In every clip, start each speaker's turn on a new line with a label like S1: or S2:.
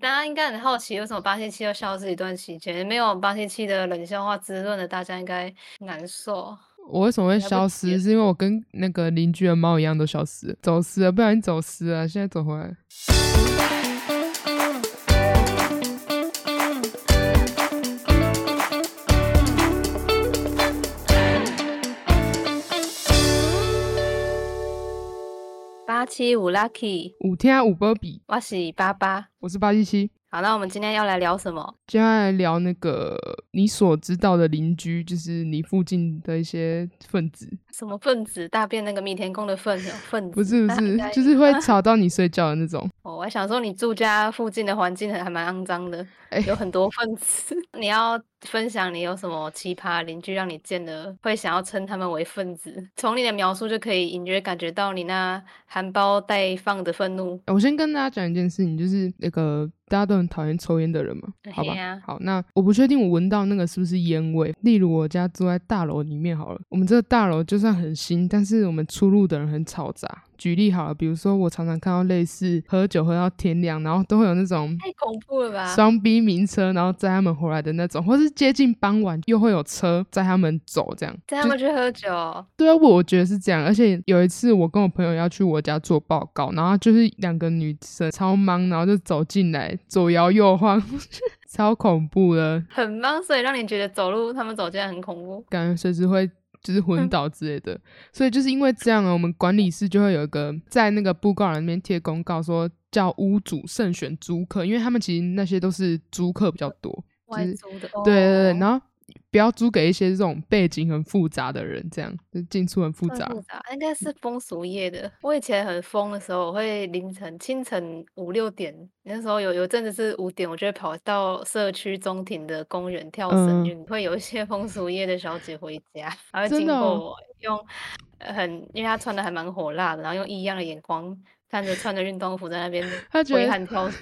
S1: 大家应该很好奇，为什么八七七要消失一段期间？没有八七七的冷笑话滋润了，大家应该难受。
S2: 我为什么会
S1: 不
S2: 消
S1: 及
S2: 失？是因为我跟那个邻居的猫一样都消失了，走失了，不小心走失了，现在走回来。
S1: 八七五 lucky，
S2: 五天啊五波比，
S1: 我是八八。
S2: 我是八七七。
S1: 好，那我们今天要来聊什么？
S2: 接下来聊那个你所知道的邻居，就是你附近的一些分子，
S1: 什么分子大便那个密田宫的分哦分子？
S2: 不是不
S1: 那
S2: 是
S1: 应，该
S2: 就 是会吵到你睡觉的那种。
S1: 哦，我还想说你住家附近的环境还蛮肮脏的，
S2: 哎
S1: 有很多分子。 你要分享你有什么奇葩邻居让你见了会想要称他们为分子？从你的描述就可以隐约感觉到你那含苞待放的愤怒。
S2: 我先跟大家讲一件事情，就是那个大家都很讨厌抽烟的人嘛，好吧
S1: 嘿？呀
S2: 好，那我不确定我闻到那个是不是烟味。例如我家住在大楼里面好了，我们这个大楼就算很新，但是我们出入的人很嘈杂。举例好了，比如说我常常看到类似喝酒喝到天亮，然后都会有那种
S1: 太恐怖了吧！
S2: 双逼名车，然后载他们回来的那种，或是接近傍晚又会有车载他们走这样。
S1: 带他们去喝酒，
S2: 对啊，我我觉得是这样。而且有一次，我跟我朋友要去我家做报告，然后就是两个女生超忙，然后就走进来，左摇右晃， 超恐怖的，
S1: 很忙，所以让你觉得走路他们走进来很恐怖。
S2: 感觉随时会就是
S1: 嗯
S2: 昏倒之类的。所以就是因为这样啊，我们管理室就会有一个在那个布告栏里面贴公告说。叫屋主慎选租客，因为他们其实那些都是租客比较多，
S1: 呃外
S2: 是
S1: 租的，哦、
S2: 对对对，然后不要租给一些这种背景很复杂的人，这样就进出很复
S1: 算
S2: 杂。嗯
S1: 复杂，应该是风俗业的。我以前很疯的时候，我会凌晨、清晨五六点，那时候有有阵子是五点，我就会跑到社区中庭的公园跳绳，就会有一些 风俗业的小姐回家，然后
S2: 嗯真
S1: 经
S2: 的
S1: 过
S2: 哦
S1: 我，用呃很，因为她穿的还蛮火辣的，然后用异样的眼光看着穿着运动服在那边
S2: 她觉
S1: 挥
S2: 得
S1: 汗跳绳，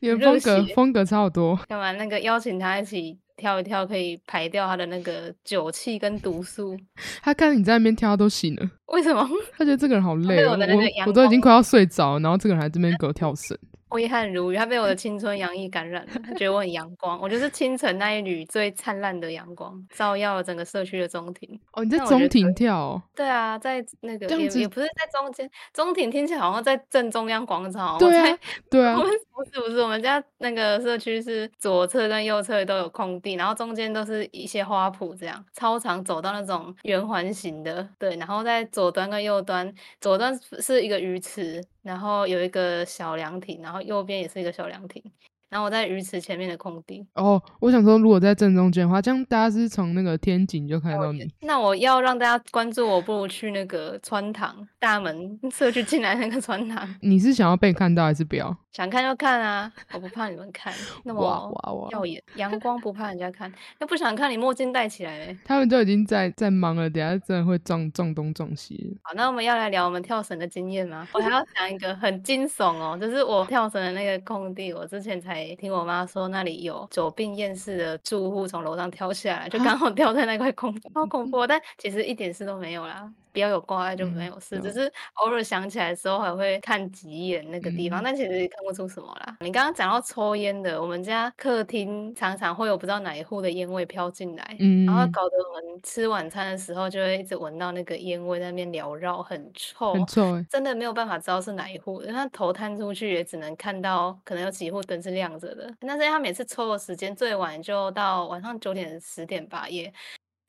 S2: 你的
S1: 热
S2: 风格
S1: 血
S2: 风格差好多，
S1: 干嘛？那个邀请她一起跳一跳，可以排掉她的那个酒气跟毒素。
S2: 他看你在那边跳，他都醒了。
S1: 为什么？
S2: 他觉得这个人好累
S1: 有
S2: 哦，
S1: 的那个
S2: 我
S1: 阳
S2: 我都已经
S1: 光
S2: 快要睡着，然后这个人还这边给我跳绳。
S1: 挥汗如雨，他被我的青春洋溢感染了，他觉得我很阳光，我就是清晨那一缕最灿烂的阳光，照耀了整个社区的中庭。
S2: 哦，你在
S1: 那我觉
S2: 中
S1: 得可
S2: 庭
S1: 以
S2: 跳、哦，
S1: 对啊，在那个
S2: 这样
S1: 也
S2: 子
S1: 也不是在中间，中庭听起来好像在正中央广场。
S2: 对
S1: 我
S2: 啊
S1: 在，
S2: 对 啊
S1: 我，们不是不是，我们家那个社区是左侧跟右侧都有空地，然后中间都是一些花圃，这样操场走到那种圆环形的，对，然后在左端跟右端，左端是是一个鱼池，然后有一个小凉亭，然后右边也是一个小凉亭，然后我在鱼池前面的空地。
S2: 哦，我想说，如果在正中间的话，这样大家是从那个天井就看得到你。
S1: 那我要让大家关注我，不如去那个穿堂大门社区进来那个穿堂，
S2: 你是想要被看到还是不要？
S1: 想看就看啊，我不怕你们看，那么
S2: 哇哇哇！
S1: 耀眼，阳光不怕人家看，那不想看你墨镜戴起来嘞。
S2: 他们都已经在在忙了，等一下真的会撞撞东撞西了。
S1: 好，那我们要来聊我们跳绳的经验吗？
S2: 嗯
S1: 我还要讲一个很惊悚哦，就是我跳绳的那个空地，我之前才听我妈说那里有久病厌世的住户从楼上跳下来，就
S2: 啊
S1: 刚好掉在那块空地，好恐怖哦！但其实一点事都没有啦。不要有挂碍就没
S2: 嗯
S1: 有事，
S2: 了
S1: 只是偶尔想起来的时候还会看几眼那个地方，
S2: 嗯
S1: 但其实也看不出什么啦。你刚刚讲到抽烟的，我们家客厅常常会有不知道哪一户的烟味飘进来，然后
S2: 嗯，
S1: 搞得我们吃晚餐的时候就会一直闻到那个烟味在那边缭绕，很臭，
S2: 很臭哎、
S1: 真的没有办法知道是哪一户，因为他头探出去也只能看到可能有几户灯是亮着的，但是他每次抽的时间最晚就到晚上九点十点吧，也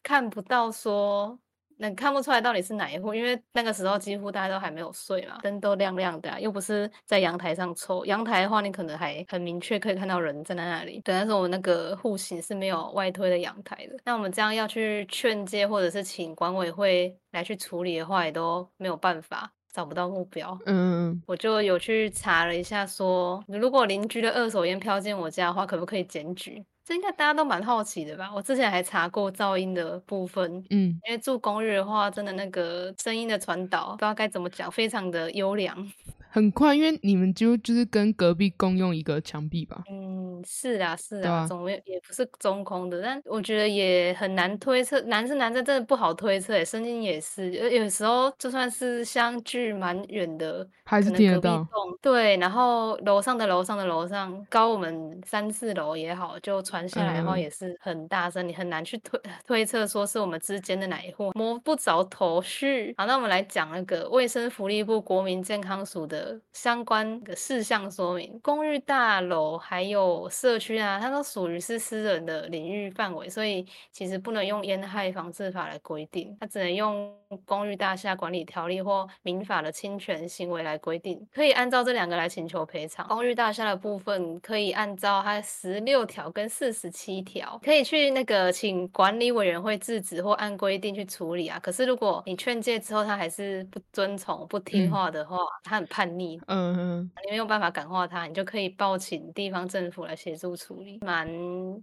S1: 看不到说。那看不出来到底是哪一户，因为那个时候几乎大家都还没有睡嘛，灯都亮亮的啊、又不是在阳台上抽。阳台的话，你可能还很明确可以看到人站在那里。对，但是我们那个户型是没有外推的阳台的。那我们这样要去劝诫或者是请管委会来去处理的话，也都没有办法，找不到目标。
S2: 嗯，
S1: 我就有去查了一下说，如果邻居的二手烟飘进我家的话，可不可以检举？这应该大家都蛮好奇的吧？我之前还查过噪音的部分，
S2: 嗯，
S1: 因为住公寓的话，真的那个声音的传导，不知道该怎么讲，非常的优良。
S2: 很快，因为你们就就是跟隔壁共用一个墙壁吧。
S1: 嗯，嗯，是啊，是
S2: 对
S1: 啊，
S2: 啊，
S1: 总也也不是中空的，但我觉得也很难推测，难是难在真的不好推测欸，声音也是，呃有时候就算是相距蛮远的，
S2: 还
S1: 可
S2: 是
S1: 能
S2: 听得
S1: 隔壁
S2: 到。
S1: 栋，对，然后楼上的楼上的楼上，高我们三四楼也好，就传下来的话
S2: 嗯，
S1: 也是很大声，你很难去推 推测说是我们之间的哪一户，摸不着头绪。好，那我们来讲那个卫生福利部国民健康署的相关的事项说明，公寓大楼还有社区啊，它都属于是私人的领域范围，所以其实不能用烟害防治法来规定，它只能用公寓大厦管理条例或民法的侵权行为来规定，可以按照这两个来请求赔偿。公寓大厦的部分可以按照它十六条跟四十七条，可以去那个请管理委员会制止或按规定去处理啊。可是如果你劝诫之后，他还是不遵从、不听
S2: 嗯
S1: 话的话，他很叛逆，
S2: 嗯
S1: 你没有办法感化他，你就可以报请地方政府来协助处理，蛮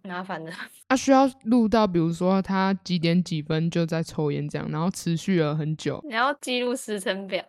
S1: 麻烦的。
S2: 啊，需要录到，比如说他几点几分就在抽烟这样，然后持续了很久。
S1: 你要记录时程表，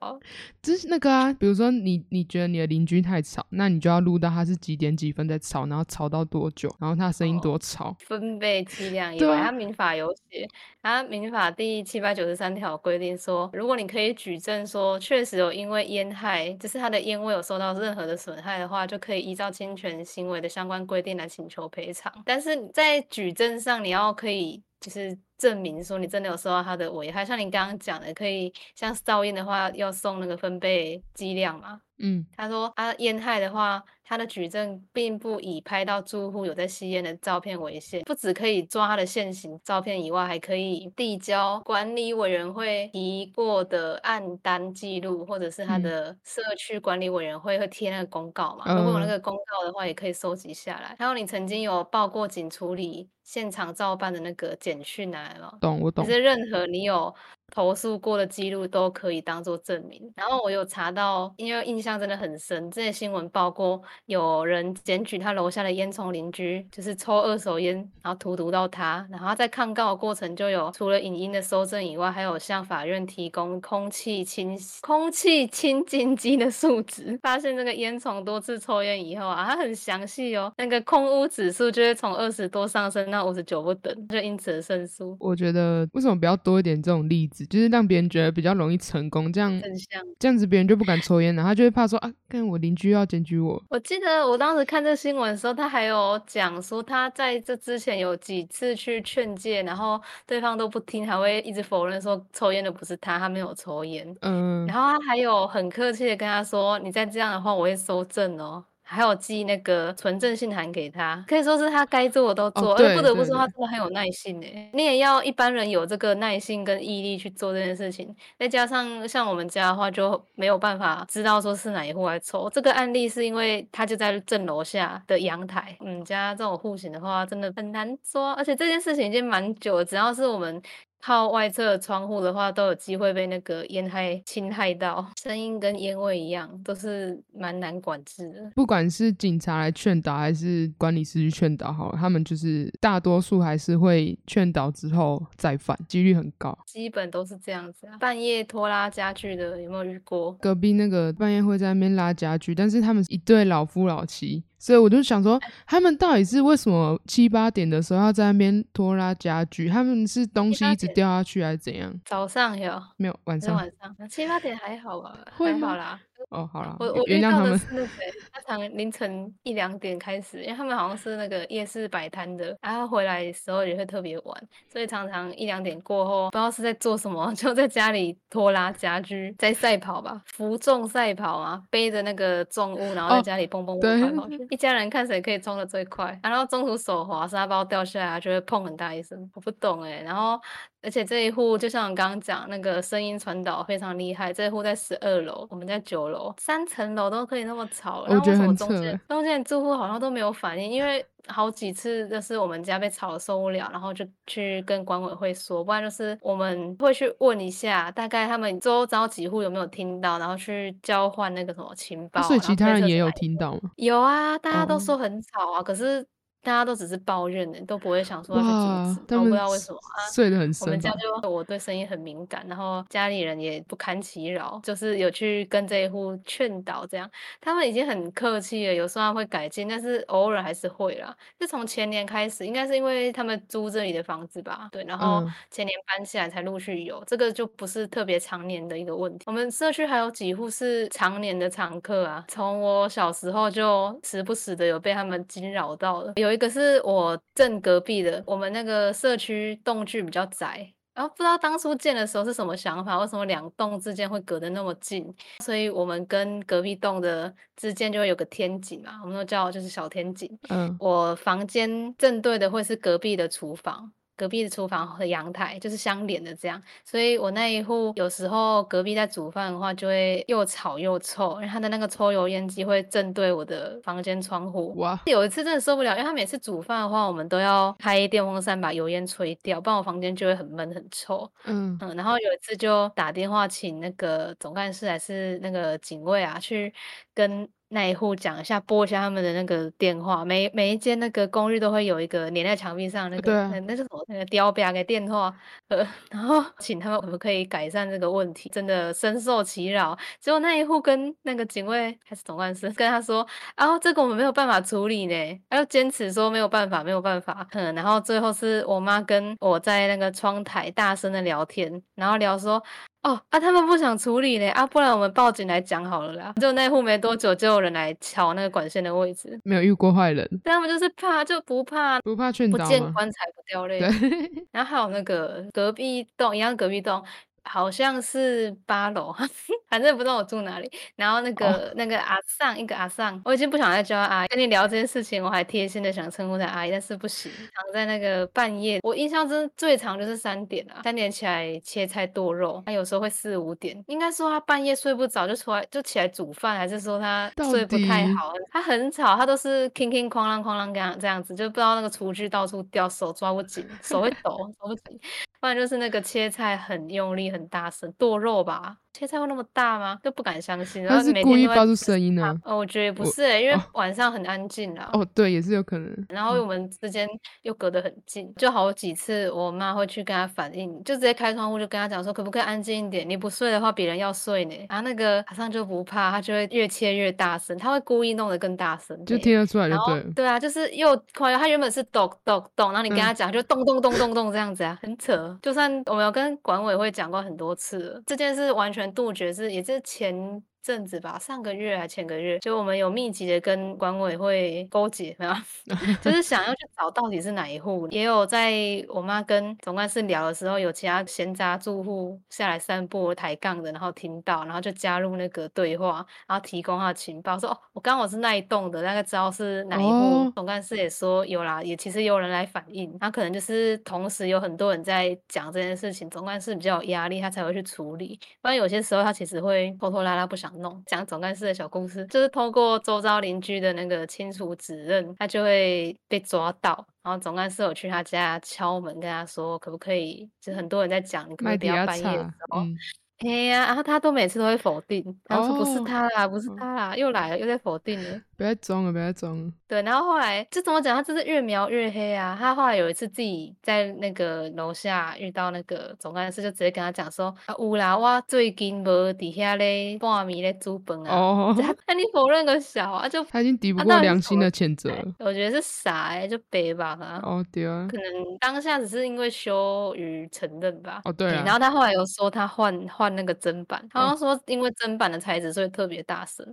S2: 就是那个啊，比如说你你觉得你的邻居太吵，那你就要录到他是几点几分在吵，然后吵到多久，然后他声音
S1: 哦，
S2: 多吵。
S1: 分贝计量以
S2: 对
S1: 外，
S2: 啊，
S1: 它民法有写，它民法第七百九十三条规定说，如果你可以举证说确实有因为烟害，就是它的烟味有受到任何的损害的话，就可以依照侵权行为的相关规定来请求赔偿。但是你在举证上，你要可以就是证明说你真的有受到它的危害，像你刚刚讲的，可以像是噪音的话，要送那个分贝计量嘛。
S2: 嗯，
S1: 他说啊，烟害的话，他的举证并不以拍到住户有在吸烟的照片为限，不只可以抓他的现行照片以外，还可以递交管理委员会提过的案单记录，或者是他
S2: 嗯，
S1: 的社区管理委员会会贴那个公告嘛。如果有那
S2: 呃，
S1: 个公告的话，也可以收集下来。还有你曾经有报过警处理现场照办的那个简讯来了吗。
S2: 懂，我
S1: 就
S2: 懂。
S1: 是任何你有投诉过的记录都可以当做证明。然后我有查到，因为印象真的很深，之前新闻报过有人检举他楼下的烟囱邻居，就是抽二手烟，然后荼毒到他，然后他在抗告的过程就有除了影音的搜证以外，还有向法院提供空气清空气清净机的数值，发现这个烟囱多次抽烟以后啊，它很详细哦，那个空污指数就会从二十多上升到五十九不等，就因此而胜诉。
S2: 我觉得为什么不要多一点这种例子，就是让别人觉得比较容易成功，这样
S1: 正向。
S2: 这样子别人就不敢抽烟，然后他就会怕说啊，看我邻居要检举我。
S1: 我记得我当时看这个新闻的时候，他还有讲说，他在这之前有几次去劝诫，然后对方都不听，还会一直否认说抽烟的不是他，他没有抽烟。
S2: 嗯、
S1: 然后他还有很客气的跟他说：“你再这样的话，我会收证哦。”还有寄那个存证信函给他，可以说是他该做的都
S2: 哦，
S1: 做，而且不
S2: 对
S1: 得不
S2: 对
S1: 说他
S2: 对，
S1: 真的很有耐心诶。你也要一般人有这个耐心跟毅力去做这件事情，再加上像我们家的话，就没有办法知道说是哪一户来抽。这个案例是因为他就在正楼下的阳台，我们家这种户型的话，真的很难抓。而且这件事情已经蛮久了，只要是我们靠外侧的窗户的话，都有机会被那个烟害侵害到，声音跟烟味一样，都是蛮难管制的。
S2: 不管是警察来劝导，还是管理师去劝导，好了，他们就是大多数还是会劝导之后再犯，几率很高。
S1: 基本都是这样子啊，半夜拖拉家具的有没有遇过？
S2: 隔壁那个半夜会在那边拉家具，但是他们是一对老夫老妻，所以我就想说，他们到底是为什么七八点的时候要在那边拖拉家具？他们是东
S1: 七
S2: 西
S1: 八
S2: 一直
S1: 点
S2: 掉下去还是怎样？
S1: 早上有，
S2: 没有，晚
S1: 还是
S2: 上
S1: 晚上？七八点还好吧，
S2: 会
S1: 还好
S2: 吗？
S1: 啦。
S2: 哦，好啦，
S1: 我
S2: 原
S1: 我
S2: 原
S1: 遇
S2: 谅
S1: 到
S2: 他
S1: 的
S2: 们。
S1: 是那个欸，他常凌晨一两点开始，因为他们好像是那个夜市摆摊的，然后回来的时候也会特别晚，所以常常一两点过后，不知道是在做什么， 就在家里拖拉家居，在赛跑吧，负重赛跑啊，背着那个重物，然后在
S2: 哦，
S1: 家里蹦蹦蹦
S2: 对，
S1: 跑来跑去，一家人看谁可以冲的最快，啊然后中途手滑，沙包掉下来就会砰很大一声，我不懂哎、然后。而且这一户就像我刚刚讲，那个声音传导非常厉害。这一户在十二楼，我们在九楼，三层楼都可以那么吵。
S2: 我
S1: 然后
S2: 觉
S1: 为
S2: 得
S1: 什么
S2: 很
S1: 中
S2: 扯
S1: 间
S2: 欸。
S1: 中间的住户好像都没有反应？因为好几次就是我们家被吵得受不了，然后就去跟管委会说，不然就是我们会去问一下，大概他们周遭几户有没有听到，然后去交换那个什么情
S2: 啊，所以
S1: 报，然
S2: 其
S1: 后
S2: 他
S1: 推测是
S2: 人也
S1: 哪
S2: 有
S1: 一
S2: 听
S1: 户。
S2: 到吗？
S1: 有啊，大家都
S2: 哦，
S1: 说很吵啊，可是。大家都只是抱怨的，都不会想说要去
S2: 哇
S1: 阻止，
S2: 他
S1: 我
S2: 们
S1: 不知道为什么啊。
S2: 睡得很
S1: 我们
S2: 深
S1: 家
S2: 吧？
S1: 就我对声音很敏感，然后家里人也不堪其扰，就是有去跟这一户劝导，这样他们已经很客气了，有时候他们会改进，但是偶尔还是会啦。自从前年开始，应该是因为他们租这里的房子吧，对，然后
S2: 嗯
S1: 前年搬起来才陆续有，这个就不是特别常年的一个问题。我们社区还有几户是常年的常客啊，从我小时候就时不时的有被他们惊扰到的。有一个是我正隔壁的，我们那个社区栋距比较窄。然后不知道当初建的时候是什么想法，为什么两栋之间会隔得那么近？所以我们跟隔壁栋的之间就会有个天井嘛，我们都叫就是小天井。
S2: 嗯，
S1: 我房间正对的会是隔壁的厨房，隔壁的厨房和阳台就是相连的这样，所以我那一户有时候隔壁在煮饭的话，就会又吵又臭，因为他的那个抽油烟机会正对我的房间窗户。
S2: 哇，
S1: 有一次真的受不了，因为他每次煮饭的话，我们都要开电风扇把油烟吹掉，不然我房间就会很闷很臭。
S2: 嗯，
S1: 嗯，然后有一次就打电话请那个总干事还是那个警卫啊，去跟那一户讲一下，拨一下他们的那个电话。每每一间那个公寓都会有一个粘在墙壁上那
S2: 对
S1: 个
S2: 啊
S1: 那那是什么那个雕标给电话，呃，然后请他们我们可以改善这个问题，真的深受其扰。结果那一户跟那个警卫还是总干事 跟他说，啊，这个我们没有办法处理呢，他就坚持说没有办法，没有办法。嗯，然后最后是我妈跟我在那个窗台大声的聊天，然后聊说，哦，啊，他们不想处理呢，啊，不然我们报警来讲好了啦。就那户没多久就有人来敲那个管线的位置，
S2: 没有遇过坏人，
S1: 但他们就是怕就不怕，
S2: 不怕劝
S1: 不
S2: 导
S1: 见
S2: 吗？
S1: 棺材不掉泪
S2: 对。，
S1: 然后还有那个隔壁栋，一样隔壁栋，好像是八楼，反正不知道我住哪里。然
S2: 哦
S1: 后那个、那个阿尚，一个阿尚，我已经不想再叫他阿姨。跟你聊这件事情，我还贴心的想称呼他阿姨，但是不行。躺在那个半夜，我印象中最长就是三点啊，三点起来切菜剁肉，他有时候会四五点。应该说他半夜睡不着，就出来就起来煮饭，还是说他
S2: 到
S1: 睡不太
S2: 底
S1: 好？他很吵，他都是哐哐哐啷哐啷这样这样子，就不知道那个厨具到处掉，手抓不紧，手会抖，手不紧。不然就是那个切菜很用力、很大声，剁肉吧？切菜会那么大吗？就不敢相信。然
S2: 他
S1: 后
S2: 是
S1: 每
S2: 故
S1: 天
S2: 意
S1: 都在
S2: 发出
S1: 吃
S2: 声音呢、
S1: 饭呃，我觉得也不
S2: 我
S1: 是、欸，因为
S2: 哦
S1: 晚上很安静啦。
S2: 哦，对，也是有可能。
S1: 然后我们之间又隔得很近，就好几次我妈会去跟她反映，就直接开窗户就跟她讲说，可不可以安静一点？你不睡的话，别人要睡呢。然后那个好像就不怕，她就会越切越大声，她会故意弄得更大声
S2: 就
S1: 欸。
S2: 听得出来就
S1: 然后
S2: 对了。
S1: 对啊，就是又快又，他原本是咚咚咚，然后你跟
S2: 嗯
S1: 他讲就咚咚咚咚咚这样子啊，很扯。就算我们有跟管委会讲过很多次了，这件事完全杜绝是也是前。阵子吧，上个月还前个月，就我们有密集的跟管委会勾结，没有啊，就是想要去找到底是哪一户。也有在我妈跟总干事聊的时候，有其他闲杂住户下来散步抬杠的，然后听到，然后就加入那个对话，然后提供他的情报，说哦，我刚好是那一栋的，大概知道是哪一户。
S2: 哦
S1: 总干事也说有啦，也其实有人来反映，他可能就是同时有很多人在讲这件事情，总干事比较有压力，他才会去处理。不然有些时候他其实会拖拖拉拉不想弄。讲总干事的小故事，就是通过周遭邻居的那个清除指认，他就会被抓到。然后总干事有去他家敲门，跟他说可不可以，就是很多人在讲，你可不可
S2: 麦
S1: 以不
S2: 迪
S1: 要
S2: 亚
S1: 半夜的时
S2: 查，
S1: 候
S2: 嗯，
S1: 哎呀，然后他都每次都会否定，然后说不是
S2: 哦
S1: 他啦，不是
S2: 嗯
S1: 他啦，又来了，又在否定 了。
S2: 不要再装了，不要再装了。
S1: 对，然后后来就怎么讲，他真是越描越黑啊。他后来有一次自己在那个楼下遇到那个总干事，就直接跟他讲说：“啊，有啦，我最近无伫遐咧半暝咧煮饭啊。” 他
S2: 哦，
S1: 那你否认个小啊，就
S2: 他已经抵不
S1: 他
S2: 过
S1: 到底是
S2: 良
S1: 什
S2: 心
S1: 么
S2: 的谴责
S1: 哎
S2: 了。
S1: 我觉得是傻哎、就北吧啊。
S2: 哦，对啊
S1: 可，能当下只是因为羞于承认吧。
S2: 哦对
S1: 对，然
S2: 啊，
S1: 后他后来有说他换换那个砧板，他好
S2: 哦
S1: 像说因为砧板的材质所以特别大声。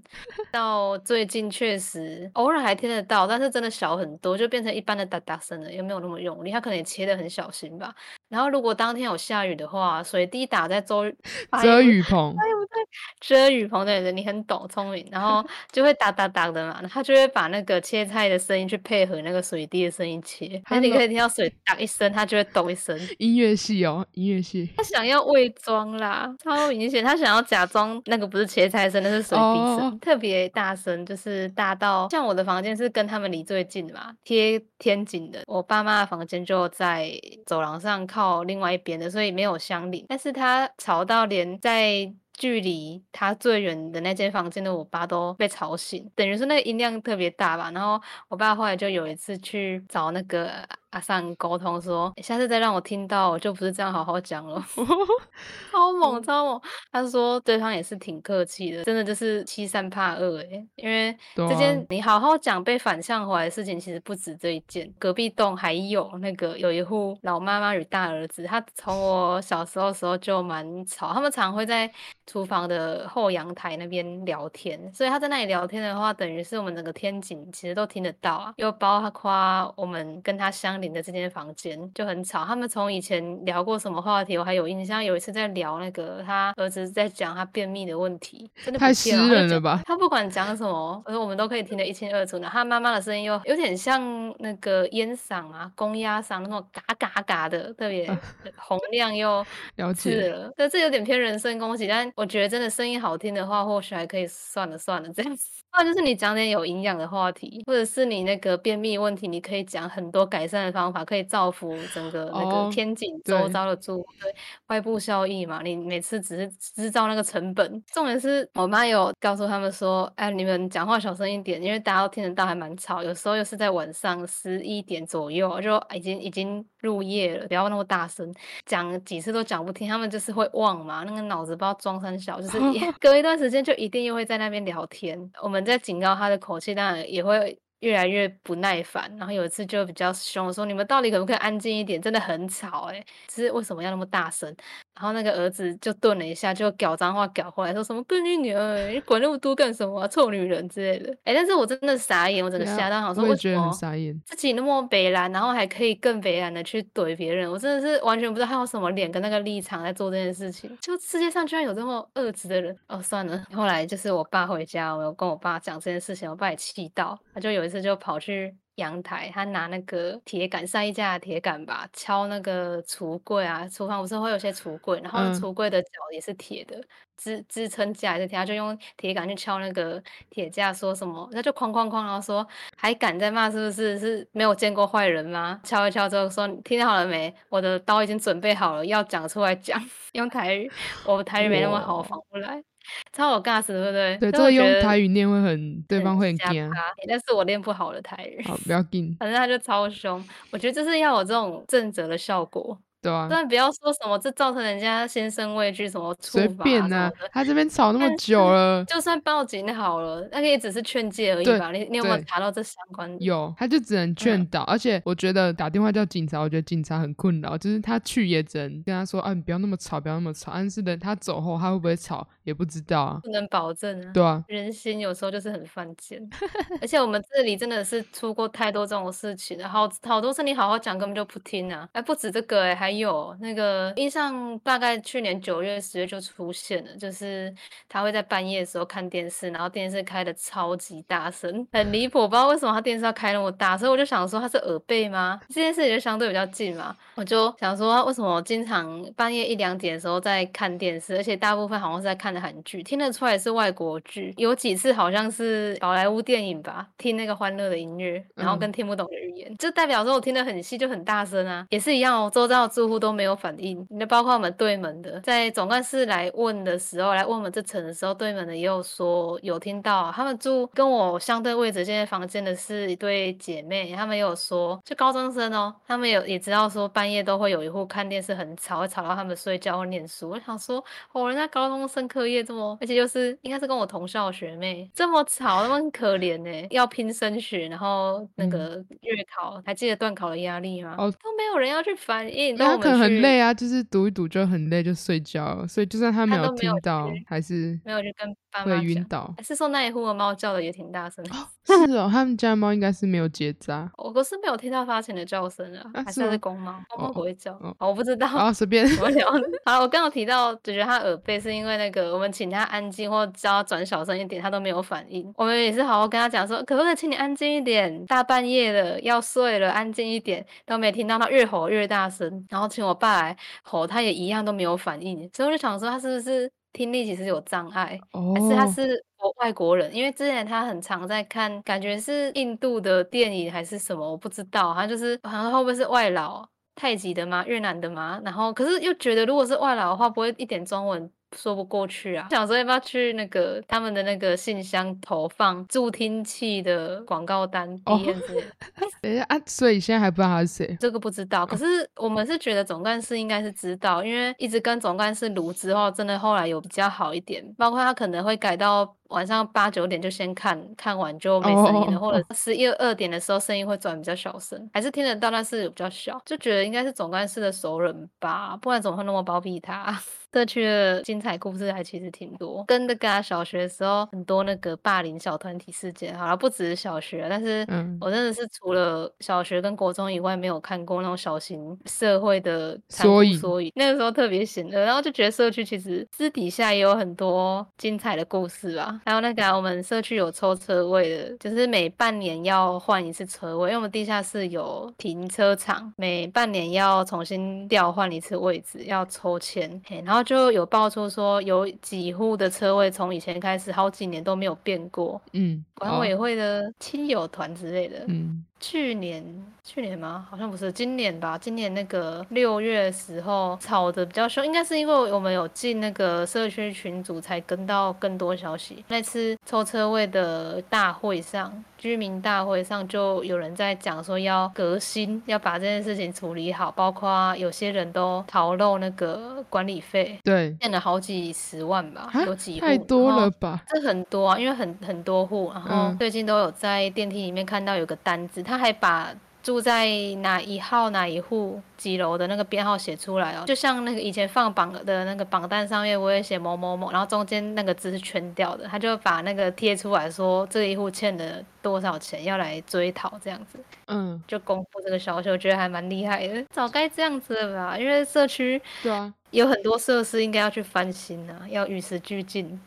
S1: 到最近确实偶尔还听得到，但是真的小很多，就变成一般的哒哒声了，也没有那么用力。他可能也切的很小心吧。然后如果当天有下雨的话，水滴打在周 哎
S2: 遮
S1: 不是
S2: 雨棚，
S1: 哎不对，遮雨棚的人你很懂聪明，然后就会哒哒哒的嘛，他就会把那个切菜的声音去配合那个水滴的声音切，
S2: 他
S1: 那你
S2: 弄
S1: 可以听到水哒一声，他就会抖一声。
S2: 音乐系哦，音乐系。
S1: 他想要伪装啦，超明显，他想要假装那个不是切菜声，那是水滴
S2: 哦
S1: 声，特别大声，就是大到像我的房间是跟他们离最近的嘛，贴天井的，我爸妈的房间就在走廊上靠另外一边的，所以没有相邻，但是他吵到连在。距离他最远的那间房间的我爸都被吵醒，等于是那个音量特别大吧。然后我爸后来就有一次去找那个阿桑沟通说，下次再让我听到，我就不是这样好好讲了。 超猛超猛！他说对方也是挺客气的，真的就是欺善怕恶哎、因为
S2: 对
S1: 这件、
S2: 啊
S1: 你好好讲被反向回来的事情，其实不止这一件。隔壁栋还有那个有一户老妈妈与大儿子，他从我小时候的时候就蛮吵，他们常会在厨房的后阳台那边聊天，所以他在那里聊天的话，等于是我们整个天井其实都听得到啊，又包括我们跟他相邻的这间房间就很吵。他们从以前聊过什么话题，我还有印象，有一次在聊那个他儿子在讲他便秘的问题，真的不
S2: 太
S1: 见
S2: 私
S1: 他就
S2: 人了
S1: 讲
S2: 吧？
S1: 他不管讲什么，呃，我们都可以听得一清二楚。然后他妈妈的声音又有点像那个烟嗓啊、公鸭嗓那种嘎嘎嘎的，特
S2: 啊
S1: 别洪亮又
S2: 了
S1: 刺
S2: 解，
S1: 耳。但这有点偏人身攻击，但我觉得真的声音好听的话，或许还可以算了算了这样子。 或者就是你讲点有营养的话题，或者是你那个便秘问题，你可以讲很多改善的方法，可以造福整个那
S2: 哦
S1: 个天井
S2: 对
S1: 周遭的住户。对，外部效益嘛，你每次只是制造那个成本。重点是我妈有告诉他们说，哎，你们讲话小声一点，因为大家都听得到，还蛮吵。有时候又是在晚上十一点左右，就已经已经入夜了，不要那么大声，讲几次都讲不听，他们就是会忘嘛，那个脑子不知道装三小，就是 隔一段时间就一定又会在那边聊天。我们在警告他的口气，当然也会。越来越不耐烦，然后有一次就比较凶地说：“你们到底可不可以安静一点？真的很吵哎、欸，只是为什么要那么大声？”然后那个儿子就顿了一下，就屌脏话屌回来，说什么“笨女女儿，你管那么多干什么啊、臭女人”之类的。哎，但是我真的傻眼，我整个
S2: 对啊
S1: 吓到，想说
S2: 我也
S1: 为
S2: 觉
S1: 什
S2: 得很
S1: 么
S2: 傻眼。
S1: 自己那么北蓝，然后还可以更北蓝的去怼别人，我真的是完全不知道他有什么脸跟那个立场在做这件事情。就世界上居然有这么恶质的人哦，算了。后来就是我爸回家，我有跟我爸讲这件事情，我爸也气到，他就有一次就跑去。阳台，他拿那个铁杆晒衣架的铁杆吧，敲那个橱柜啊，厨房不是会有些橱柜，然后
S2: 嗯
S1: 橱柜的脚也是铁的，支支撑架也是铁，他就用铁杆去敲那个铁架，说什么，他就哐哐哐，然后说还敢在骂，是不是？是没有见过坏人吗？敲一敲之后说：“你听好了没？我的刀已经准备好了，要讲出来讲。” 用台语，我台语没那么好，
S2: 哇
S1: 防不来，超有尬死，对不对？
S2: 对，这
S1: 但我
S2: 个
S1: 觉
S2: 用
S1: 得
S2: 台语念会很，对
S1: 很
S2: 方会很
S1: 瞎
S2: 惊。啊
S1: 趴但是我练不好了台语，
S2: 好，不要紧，
S1: 反正他就超凶。我觉得就是要有这种正则的效果，
S2: 对啊，
S1: 但不要说什么这造成人家先生畏惧，什么处
S2: 随
S1: 罚啊
S2: 便
S1: 什
S2: 呐、
S1: 么
S2: 啊
S1: 的。，
S2: 他这边吵那 么
S1: 但是
S2: 久了，
S1: 就算报警好了，那个也只是劝诫而
S2: 对
S1: 已吧？你你有没有
S2: 对
S1: 查到这相关的？
S2: 有，他就只
S1: 嗯
S2: 能劝导，而且我觉得打电话叫警察，我觉得警察很困扰，就是他去也只能跟他说，啊，你不要那么吵，不要那么吵。但是等他走后，他会不会吵也不知道啊，
S1: 不能保证啊。
S2: 对啊，
S1: 人心有时候就是很犯贱，而且我们这里真的是出过太多这种事情了，好好多次你好好讲根本就不听啊！哎，不止这个哎、还有那个印象大概去年九月、十月就出现了，就是他会在半夜的时候看电视，然后电视开的超级大声，很离谱，我不知道为什么他电视要开那么大，所以我就想说他是耳背吗？这件事情就相对比较近嘛，我就想说，为什么我经常半夜一两点的时候在看电视，而且大部分好像是在看的韩剧，听得出来是外国剧，有几次好像是宝莱坞电影吧，听那个欢乐的音乐，然后
S2: 嗯
S1: 跟听不懂的语言，就代表说我听得很细，就很大声啊，也是一样哦，周遭的住户都没有反应，那包括我们对门的，在总干事来问的时候，来问我们这层的时候，对门的也有说有听到啊，他们住跟我相对位置，现在房间的是一对姐妹，她们也有说，就高中生哦，她们有也知道说半夜都会有一户看电视很吵，会吵到她们睡觉或念书。我想说，哦，人家高中生课业这么，而且又是应该是跟我同校的学妹，这么吵，他们很可怜呢，要拼升学，然后那
S2: 嗯
S1: 个月考，还记得段考的压力吗？
S2: 哦
S1: 都没有人要去反应，
S2: 那
S1: 都
S2: 他
S1: 我
S2: 可
S1: 们
S2: 能
S1: 去，
S2: 很累啊，就是读一读就很累，就睡觉了，所以就算他没
S1: 他
S2: 有
S1: 都没有
S2: 听到
S1: 去，
S2: 还是
S1: 没有去跟爸
S2: 会
S1: 妈
S2: 晕
S1: 讲。
S2: 倒。
S1: 还是说那一户的猫叫的也挺大声的，
S2: 是哦，他们家的猫应该是没有结扎，
S1: 我可是没有听到发情的叫声啊，
S2: 啊
S1: 还
S2: 是
S1: 是它
S2: 吗
S1: 是公猫？公猫
S2: 哦
S1: 不会叫，
S2: 哦
S1: 哦我不知道。
S2: 然后随便
S1: 我聊的，好，我刚有提到，就觉得他耳背是因为那个我们请他安静或叫他转小声一点，他都没有反应。我们也是好好跟他讲说，可不可以请你安静一点？大半夜的要睡了，安静一点，都没听到，他越吼越大声。然后请我爸来吼，他也一样都没有反应。所以我就想说，他是不是听力其实有障碍？还是他
S2: 哦，
S1: 是国外国人，因为之前他很常在看，感觉是印度的电影还是什么，我不知道。他就是好像会不会是外劳，泰籍的吗？越南的吗？然后可是又觉得，如果是外劳的话，不会一点中文说不过去啊。 想说要不要去那个他们的那个信箱投放助听器的广告单、
S2: 哦
S1: DM 之类的，
S2: 等一下啊，所以现在还不知道他是谁。
S1: 这个不知道。可是我们是觉得总干事应该是知道，因为一直跟总干事撸之后，真的后来有比较好一点，包括他可能会改到。晚上八九点就先看看完就没声音了
S2: 哦
S1: 或者十一二点的时候声音会转比较小声，还是听得到，但是比较小，就觉得应该是总干事的熟人吧，不然怎么会那么包庇他？社区的精彩故事还其实挺多，跟那个、啊、小学的时候很多那个霸凌小团体事件，好了，不只是小学，但是
S2: 嗯
S1: 我真的是除了小学跟国中以外，没有看过那种小型社会的残
S2: 缩
S1: 酷
S2: 影
S1: 缩影，那个时候特别险恶，然后就觉得社区其实私底下也有很多精彩的故事啊。还有那个啊、我们社区有抽车位的，就是每半年要换一次车位，因为我们地下室有停车场，每半年要重新调换一次位置，要抽签。嘿，然后就有爆出说有几户的车位从以前开始好几年都没有变过，
S2: 嗯，
S1: 管
S2: 好
S1: 委会的亲友团之类的，
S2: 嗯
S1: 去年去年吗？好像不是，今年吧。今年那个六月的时候吵得比较凶，应该是因为我们有进那个社区群组，才跟到更多消息。那次抽车位的大会上，居民大会上就有人在讲说要革新，要把这件事情处理好，包括有些人都逃漏那个管理费，
S2: 对，
S1: 欠了好几十万吧
S2: 啊，
S1: 有几户
S2: 太多
S1: 然后
S2: 了吧？
S1: 这很多啊，因为很很多户，然后
S2: 嗯
S1: 最近都有在电梯里面看到有个单子，他还把住在哪一号哪一户几楼的那个编号写出来哦，就像那个以前放榜的那个榜单上面，我也写某某某，然后中间那个字是圈掉的，他就把那个贴出来说这一户欠了多少钱，要来追讨这样子。
S2: 嗯，
S1: 就公布这个消息，我觉得还蛮厉害的。早该这样子了吧？因为社区
S2: 对啊，
S1: 有很多设施应该要去翻新啊，要与时俱 进，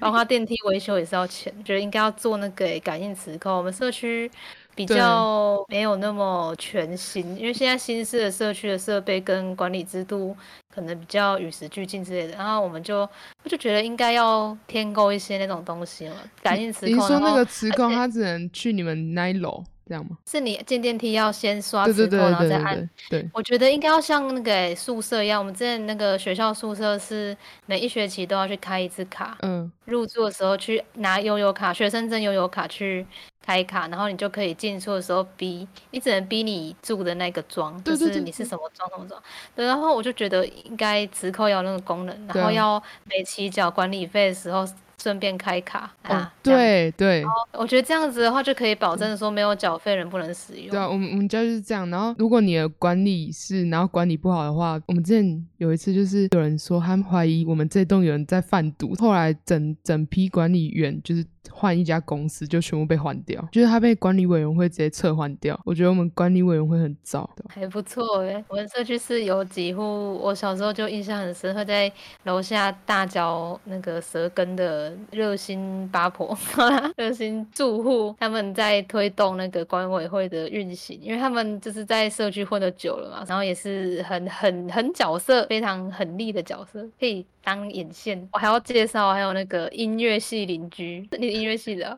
S1: 包括电梯维修也是要钱，觉得应该要做那个感应磁扣。我们社区比
S2: 对
S1: 较没有那么全新，因为现在新式的社区的设备跟管理制度可能比较与时俱进之类的，然后我们就我就觉得应该要添购一些那种东西嘛，感应磁扣。
S2: 您说
S1: 然
S2: 那
S1: 后
S2: 个磁
S1: 而
S2: 控，
S1: 且
S2: 它只能去你们那一楼，这样吗？
S1: 是你进电梯要先刷
S2: 对
S1: 啊磁
S2: 对
S1: 扣，
S2: 对
S1: 然后
S2: 对
S1: 再
S2: 对
S1: 按
S2: 对对，
S1: 我觉得应该要像那个欸宿舍一样，我们之前那个学校宿舍是每一学期都要去开一次卡，
S2: 嗯
S1: 入住的时候去拿悠游卡，学生证悠游卡去开卡，然后你就可以进出的时候逼，你只能逼你住的那个庄，
S2: 对
S1: 就
S2: 对
S1: 是
S2: 对
S1: 你是
S2: 对
S1: 什么庄什么庄。对，然后我就觉得应该直扣要那个功能，
S2: 对
S1: 然后
S2: 啊
S1: 要每期缴管理费的时候顺便开卡
S2: 哦
S1: 啊。这样子，
S2: 对对
S1: 我觉得这样子的话就可以保证说没有缴费人不能使用。
S2: 对啊，我们我们家就是这样。然后如果你的管理是然后管理不好的话，我们之前有一次就是有人说他们怀疑我们这栋有人在贩毒，后来整整批管理员就是换一家公司，就全部被换掉，就是他被管理委员会直接撤换掉。我觉得我们管理委员会很糟。对啊
S1: 还不错哎、我们社区是有几户，我小时候就印象很深，会在楼下大嚼那个舌根的热心八婆、 热心住户，他们在推动那个管委会的运行，因为他们就是在社区混的久了嘛，然后也是很很很角色非常很力的角色，可以当眼线。我还要介绍，还有那个音乐系邻居， 你是音乐系的啊、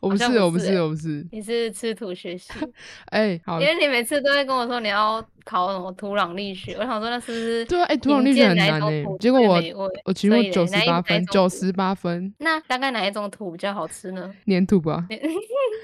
S2: 我不
S1: 好像
S2: 是，
S1: 不
S2: 我不
S1: 是
S2: 是，
S1: 欸
S2: 我不是。
S1: 你是吃土学系。
S2: 哎、好
S1: 因，为你每次都会跟我说你要考什么土壤力学，我想说那是不是
S2: 对啊，哎、土壤力学
S1: 建
S2: 很
S1: 哪一
S2: 难
S1: 种
S2: 哎、
S1: 土
S2: 结果
S1: 最
S2: 我
S1: 美味
S2: 我期
S1: 所
S2: 末
S1: 以嘞
S2: 九十
S1: 哪一哪
S2: 八
S1: 一
S2: 分，
S1: 种
S2: 九
S1: 土
S2: 十八分，
S1: 那大概哪一种土比较好吃呢？
S2: 粘土吧。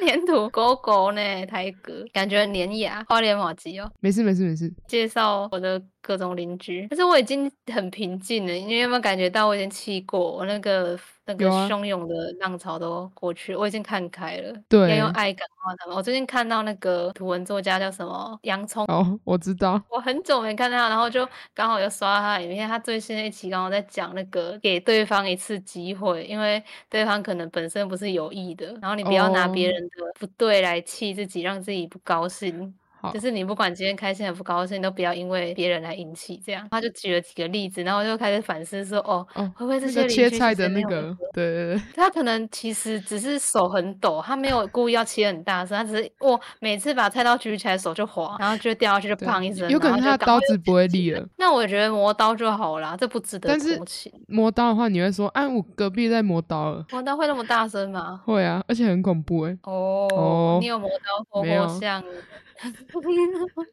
S1: 粘土、狗狗呢、台格，感觉很粘牙、花莲马吉哦。
S2: 没事没事没事，
S1: 介绍我的各种邻居，但是我已经很平静了，因为有没有感觉到我已经气过，我那个那个
S2: 有啊
S1: 汹涌的浪潮都过去，我已经看开了，要
S2: 对
S1: 用爱感化他们。我最近看到那个图文作家叫什么洋葱。
S2: 哦，我知道，
S1: 我很久没看他，然后就刚好又刷他的影片，他最新的一期刚好在讲那个给对方一次机会，因为对方可能本身不是有意的，然后你不要拿别
S2: 哦
S1: 人的不对来气自己，让自己不高兴。
S2: 好
S1: 就是你不管今天开心还不高兴，都不要因为别人来引起这样。他就举了几个例子，然后就开始反思说，哦，
S2: 哦，
S1: 会不会这
S2: 那
S1: 些
S2: 个
S1: 邻
S2: 切
S1: 居
S2: 菜
S1: 其实
S2: 的
S1: 没
S2: 那
S1: 有那
S2: 个，对对对，
S1: 他可能其实只是手很抖，他没有故意要切很大声，他只是我每次把菜刀举起来手就滑，然后就掉下去就
S2: 对
S1: 砰一声，
S2: 有可
S1: 然后
S2: 能
S1: 就
S2: 他的
S1: 赶快
S2: 刀
S1: 又
S2: 子不会
S1: 举起
S2: 立
S1: 来
S2: 了。
S1: 那我觉得磨刀就好啦，这不值得
S2: 但是
S1: 同情。
S2: 磨刀的话，你会说，哎、我隔壁在磨刀了，
S1: 磨刀会那么大声吗？
S2: 会啊，而且很恐怖哎、
S1: 哦，
S2: 哦
S1: 你有磨刀霍
S2: 没有
S1: 霍向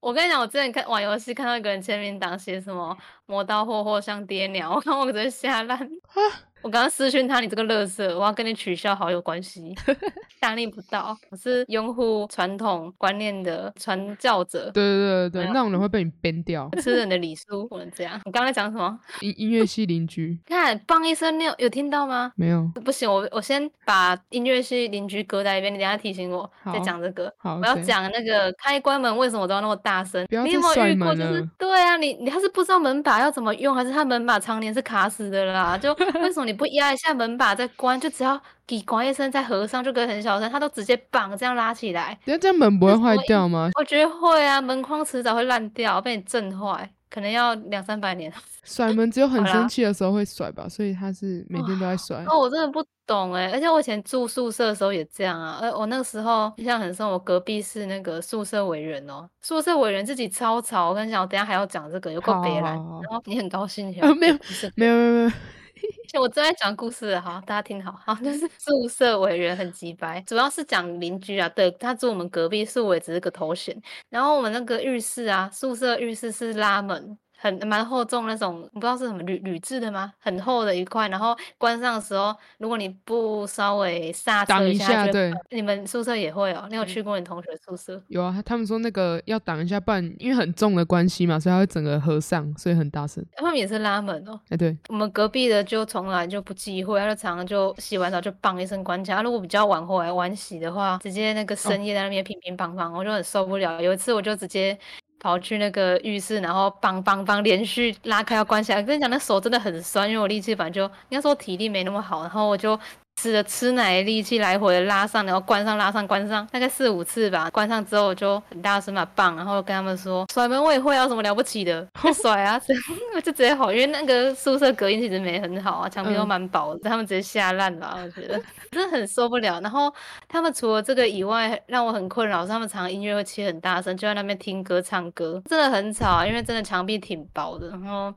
S1: 我跟你讲，我之前看玩游戏看到一个人签名档写什么“磨刀霍霍像爹娘”，我看我直接吓烂。我刚刚私讯他，你这个乐色，我要跟你取消好友关系，大逆不道！我是拥护传统观念的传教者，
S2: 对对对对
S1: 没
S2: 对，
S1: 有
S2: 那种人会被你编掉。
S1: 我吃人的礼数，不能这样。你刚才讲什么？
S2: 音音乐系邻居
S1: 看，棒一声，你有有听到吗？
S2: 没有
S1: 不行，我我先把音乐系邻居搁在一边，你等一下提醒我
S2: 好
S1: 再讲这个。
S2: 好，
S1: 我要
S2: OK
S1: 讲那个开关门为什么都要那么大声？
S2: 不要
S1: 你
S2: 再
S1: 有没有
S2: 甩
S1: 遇过？就
S2: 门
S1: 是
S2: 了
S1: 对啊，你你他是不知道门把要怎么用，还是他门把常年是卡死的啦？ 就为什么你不压一下门把再关？就只要给关一声再合上，就可以很小声，他都直接绑这样拉起来。
S2: 等一下这样门不会
S1: 是什
S2: 坏
S1: 么
S2: 掉吗？
S1: 我觉得会啊，门框迟早会烂掉，被你震坏，可能要两三百年。
S2: 甩门只有很
S1: 好
S2: 生
S1: 啦
S2: 气的时候会甩吧，所以他是每天都在甩。
S1: 哦，我真的不懂哎，而且我以前住宿舍的时候也这样啊。呃，我那个时候印象很深，我隔壁是那个宿舍委员哦，宿舍委员自己超吵。我跟你讲，我等一下还要讲这个，有够
S2: 好
S1: 北
S2: 好
S1: 蓝。
S2: 好好
S1: 然后你很高兴，
S2: 啊没有
S1: 不是
S2: 没有没有没有，
S1: 我正在讲故事了，好，大家听好，好，就是宿舍委员很鸡掰，主要是讲邻居啊，对，他住我们隔壁，宿委只是个头衔。然后我们那个浴室啊，宿舍浴室是拉门，很蛮厚重那种，不知道是什么铝铝制的吗？很厚的一块，然后关上的时候，如果你不稍微刹
S2: 挡
S1: 车
S2: 一
S1: 一
S2: 下
S1: 下，它就会
S2: 对
S1: 关，你们宿舍也会哦，你有
S2: 嗯
S1: 去过你同学宿舍？
S2: 有啊，他们说那个要挡一下，不然因为很重的关系嘛，所以它会整个合上，所以很大声。
S1: 他们也是拉门哦。
S2: 哎、对，
S1: 我们隔壁的就从来就不忌讳，他就常常就洗完澡就梆一声关起来。啊如果比较晚回来晚洗的话，直接那个深夜在那边乒乒乓乓，我就很受不了。有一次我就直接跑去那个浴室，然后梆梆梆连续拉开要关起来。跟你讲，那手真的很酸，因为我力气反正就应该说体力没那么好，然后我就。吃了吃奶的力气来回地拉上，然后关上拉上关上，大概四五次吧。关上之后我就很大声嘛棒，然后跟他们说甩门我也会啊，有什么了不起的，就甩啊， 我就直接吼，因为那个宿舍隔音其实没很好啊，墙壁都
S2: 嗯
S1: 蛮薄的，他们直接吓烂吧，我觉得真的很受不了。然后他们除了这个以外，让我很困扰是他们常常音乐会切很大声，就在那边听歌唱歌，真的很吵啊，因为真的墙壁挺薄的。然后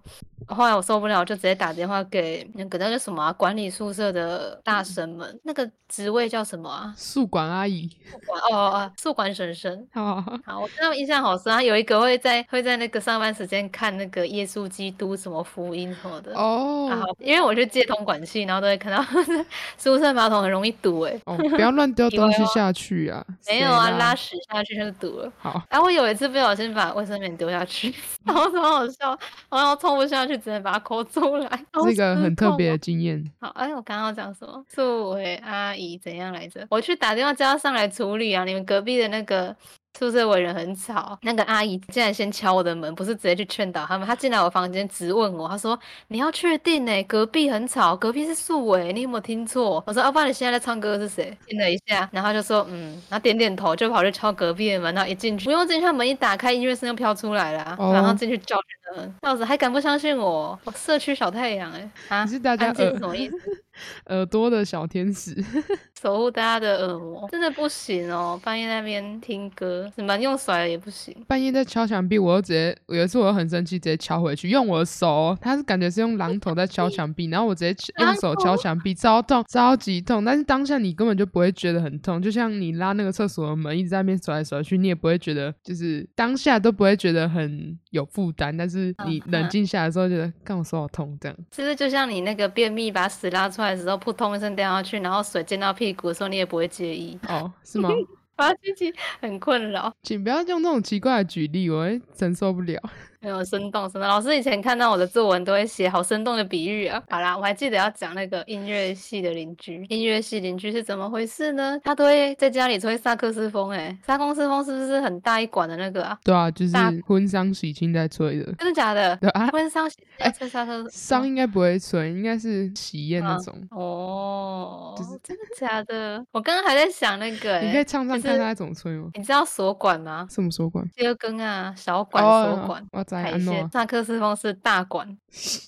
S1: 后来我受不了，就直接打电话给那个那个什么啊、管理宿舍的大神们，那个职位叫什么啊？
S2: 宿管阿姨，
S1: 宿管哦哦哦，宿管婶婶。
S2: 好好好，
S1: 好，我对他们印象好深，他有一个会在会在那个上班时间看那个耶稣基督什么福音什么的。
S2: 哦、
S1: 啊，好因为我去接通管系，然后都会看到 宿舍马桶很容易堵哎、
S2: 哦，不要乱丢
S1: 以
S2: 东
S1: 为
S2: 西
S1: 哦
S2: 下去啊！
S1: 没
S2: 谁
S1: 有啊，
S2: 啦
S1: 拉屎下去就是堵了。
S2: 好，
S1: 哎、我有一次不小心把卫生棉丢下去， 然后超好笑，然后冲不下去，只能把它抠出来。好
S2: 这个
S1: 失
S2: 很特
S1: 控
S2: 别
S1: 哦
S2: 的经验。
S1: 好，哎，我刚刚讲什么？素伟阿姨怎样来着？我去打电话叫她上来处理啊！你们隔壁的那个宿舍委员很吵，那个阿姨竟然先敲我的门，不是直接去劝导他们，她进来我房间直问我，她说：“你要确定呢、隔壁很吵，隔壁是素伟，你有没有听错？”我说：“啊要、不然你现在在唱歌是谁？”听了一下，然后她就说：“嗯。”然后点点头，就跑去敲隔壁的门，然后一进去，不用进去，她门一打开，音乐声就飘出来了啊、然后
S2: 哦
S1: 进去叫人们，笑死，还敢不相信我？我社区小太阳哎、啊
S2: 你！是大家
S1: 安静
S2: 耳
S1: 是什么意思？
S2: 耳朵的小天使，
S1: 守护大家的耳膜，真的不行哦！半夜那边听歌，你们用甩了也不行，
S2: 半夜在敲墙壁，我又直接有一次我又很生气，直接敲回去，用我的手哦，他是感觉是用榔 头在敲墙壁，然后我直接敲用
S1: 榔
S2: 手
S1: 头
S2: 敲墙壁，超痛，超级痛。但是当下你根本就不会觉得很痛，就像你拉那个厕所的门一直在那边甩来甩去，你也不会觉得就是当下都不会觉得很有负担，但是
S1: 嗯
S2: 你冷静下来之后觉得，干我手好痛这样。
S1: 是不是就像你那个便秘把屎拉出来的时候，扑通一声掉下去，然后水溅到屁股的时候，你也不会介意？
S2: 哦，是吗？
S1: 我自己很困扰，
S2: 请不要用那种奇怪的举例，我会承受不了。
S1: 没有生动生动。老师以前看到我的作文都会写好生动的比喻啊。好啦，我还记得要讲那个音乐系的邻居，音乐系邻居是怎么回事呢？他都会在家里吹萨克斯风、欸，诶，萨克斯风是不是很大一管的那个啊？
S2: 对啊，就是
S1: 大哦
S2: 婚丧喜庆在吹的，
S1: 真的假的？
S2: 对啊，
S1: 婚丧喜庆
S2: 哎
S1: 要吹萨克斯风
S2: 丧应该不会吹，应该是喜宴那
S1: 嗯
S2: 种。
S1: 哦，
S2: 就是
S1: 真的假的？我刚刚还在想那个、欸，
S2: 你可以唱唱
S1: 就
S2: 看
S1: 是
S2: 他怎么吹吗？
S1: 你知道锁管吗？
S2: 什么手管？
S1: 第二根啊，小管、
S2: 哦，
S1: 锁管，
S2: 我在
S1: 海
S2: 安诺
S1: 鲜
S2: 啊，，
S1: 萨克斯风是大 管。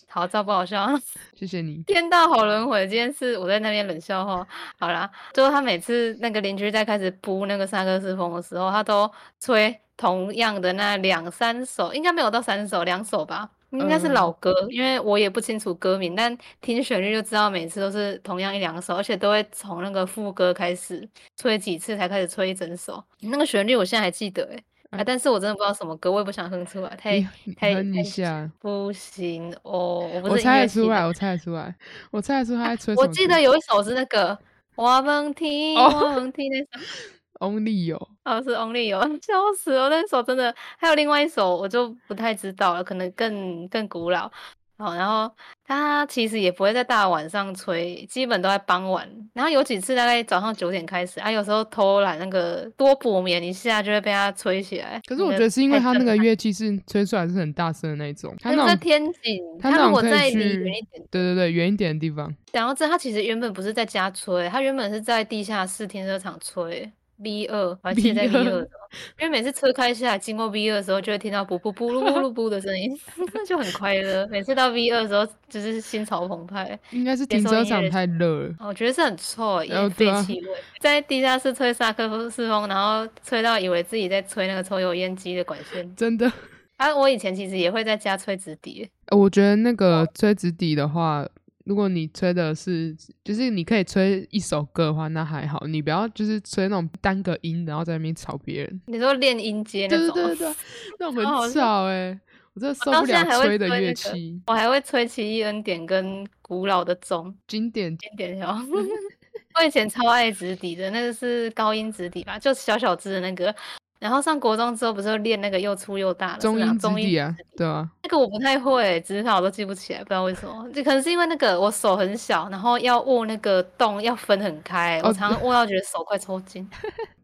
S1: 好，这不好笑。
S2: 谢谢你。
S1: 天道好轮回，今天是我在那边冷笑话。好啦，就是他每次那个邻居在开始播那个萨克斯风的时候，他都吹同样的那两三首，应该没有到三首，两首吧。应该是
S2: 嗯
S1: 老歌，因为我也不清楚歌名，但听旋律就知道每次都是同样一两首，而且都会从那个副歌开始吹几次才开始吹一整首。那个旋律我现在还记得、欸，啊，但是我真的不知道什么歌，我也不想哼出来，太
S2: 嗯你
S1: 太
S2: 哼一
S1: 太
S2: 下，
S1: 不行哦，我不
S2: 我
S1: 是音
S2: 猜
S1: 乐
S2: 得
S1: 系
S2: 出
S1: 的
S2: 来，我猜得出来，我猜得 出他在吹什
S1: 我
S2: 么
S1: 记
S2: 歌
S1: 得有一首是那个我们听
S2: 哦
S1: 我们听那首，
S2: Only 有
S1: 哦是 Only 有， 笑死了那首真的，还有另外一首我就不太知道了，可能更更古老。好，然后他其实也不会在大晚上吹，基本都在傍晚。然后有几次大概早上九点开始，啊，有时候偷懒那个多补眠一下就会被他吹起来。
S2: 可是我
S1: 那
S2: 觉得是因为
S1: 太
S2: 他那
S1: 震
S2: 个
S1: 撼
S2: 乐器是吹出来是很大声的那一 种，他
S1: 那个
S2: 那
S1: 在
S2: 种
S1: 天井，
S2: 他
S1: 他如
S2: 那种
S1: 果
S2: 可
S1: 再
S2: 以
S1: 离远一
S2: 去，
S1: 点，
S2: 对对对，远一点的地方。
S1: 然后这他其实原本不是在家吹，他原本是在地下室停车场吹 V 二，我还记得在 V 二
S2: B2
S1: 的时候，因为每次车开下来经过 V 二的时候，就会听到噗噗噗噜噗噜噗的声音， 那就很快乐。每次到 V 二的时候，就是心潮澎湃。
S2: 应该是
S1: 接
S2: 停
S1: 受
S2: 车
S1: 音乐
S2: 场
S1: 的
S2: 太热了。
S1: 哦我觉得是很臭的，
S2: 然
S1: 烟
S2: 后对
S1: 肺
S2: 啊
S1: 气味，在地下室吹萨克斯风，然后吹到以为自己在吹那个抽油烟机的管线。
S2: 真的，
S1: 啊，我以前其实也会在家吹直笛，
S2: 呃我觉得那个吹直笛的话，如果你吹的是，就是你可以吹一首歌的话，那还好，你不要就是吹那种单个音，然后在那边吵别人。
S1: 你说练音阶哎那
S2: 对对
S1: 种。
S2: 对对，对 那我们
S1: 超好笑
S2: 吵哎、我真的受
S1: 到
S2: 不
S1: 现在
S2: 了
S1: 还会
S2: 吹的
S1: 吹
S2: 乐
S1: 那个
S2: 器，
S1: 我还会吹奇异恩典跟古老的钟
S2: 经典
S1: 经典 小。我以前超爱直笛的，那个是高音直笛吧，就小小只的那个。然后上国中之后，不是会练那个又粗又大的，是
S2: 中
S1: 哪
S2: 音直
S1: 中音
S2: 笛啊，对啊，
S1: 那个我不太会，指法我都记不起来，不知道为什么。就可能是因为那个我手很小，然后要握那个洞要分很开，我
S2: 哦
S1: 常常握到觉得手快抽筋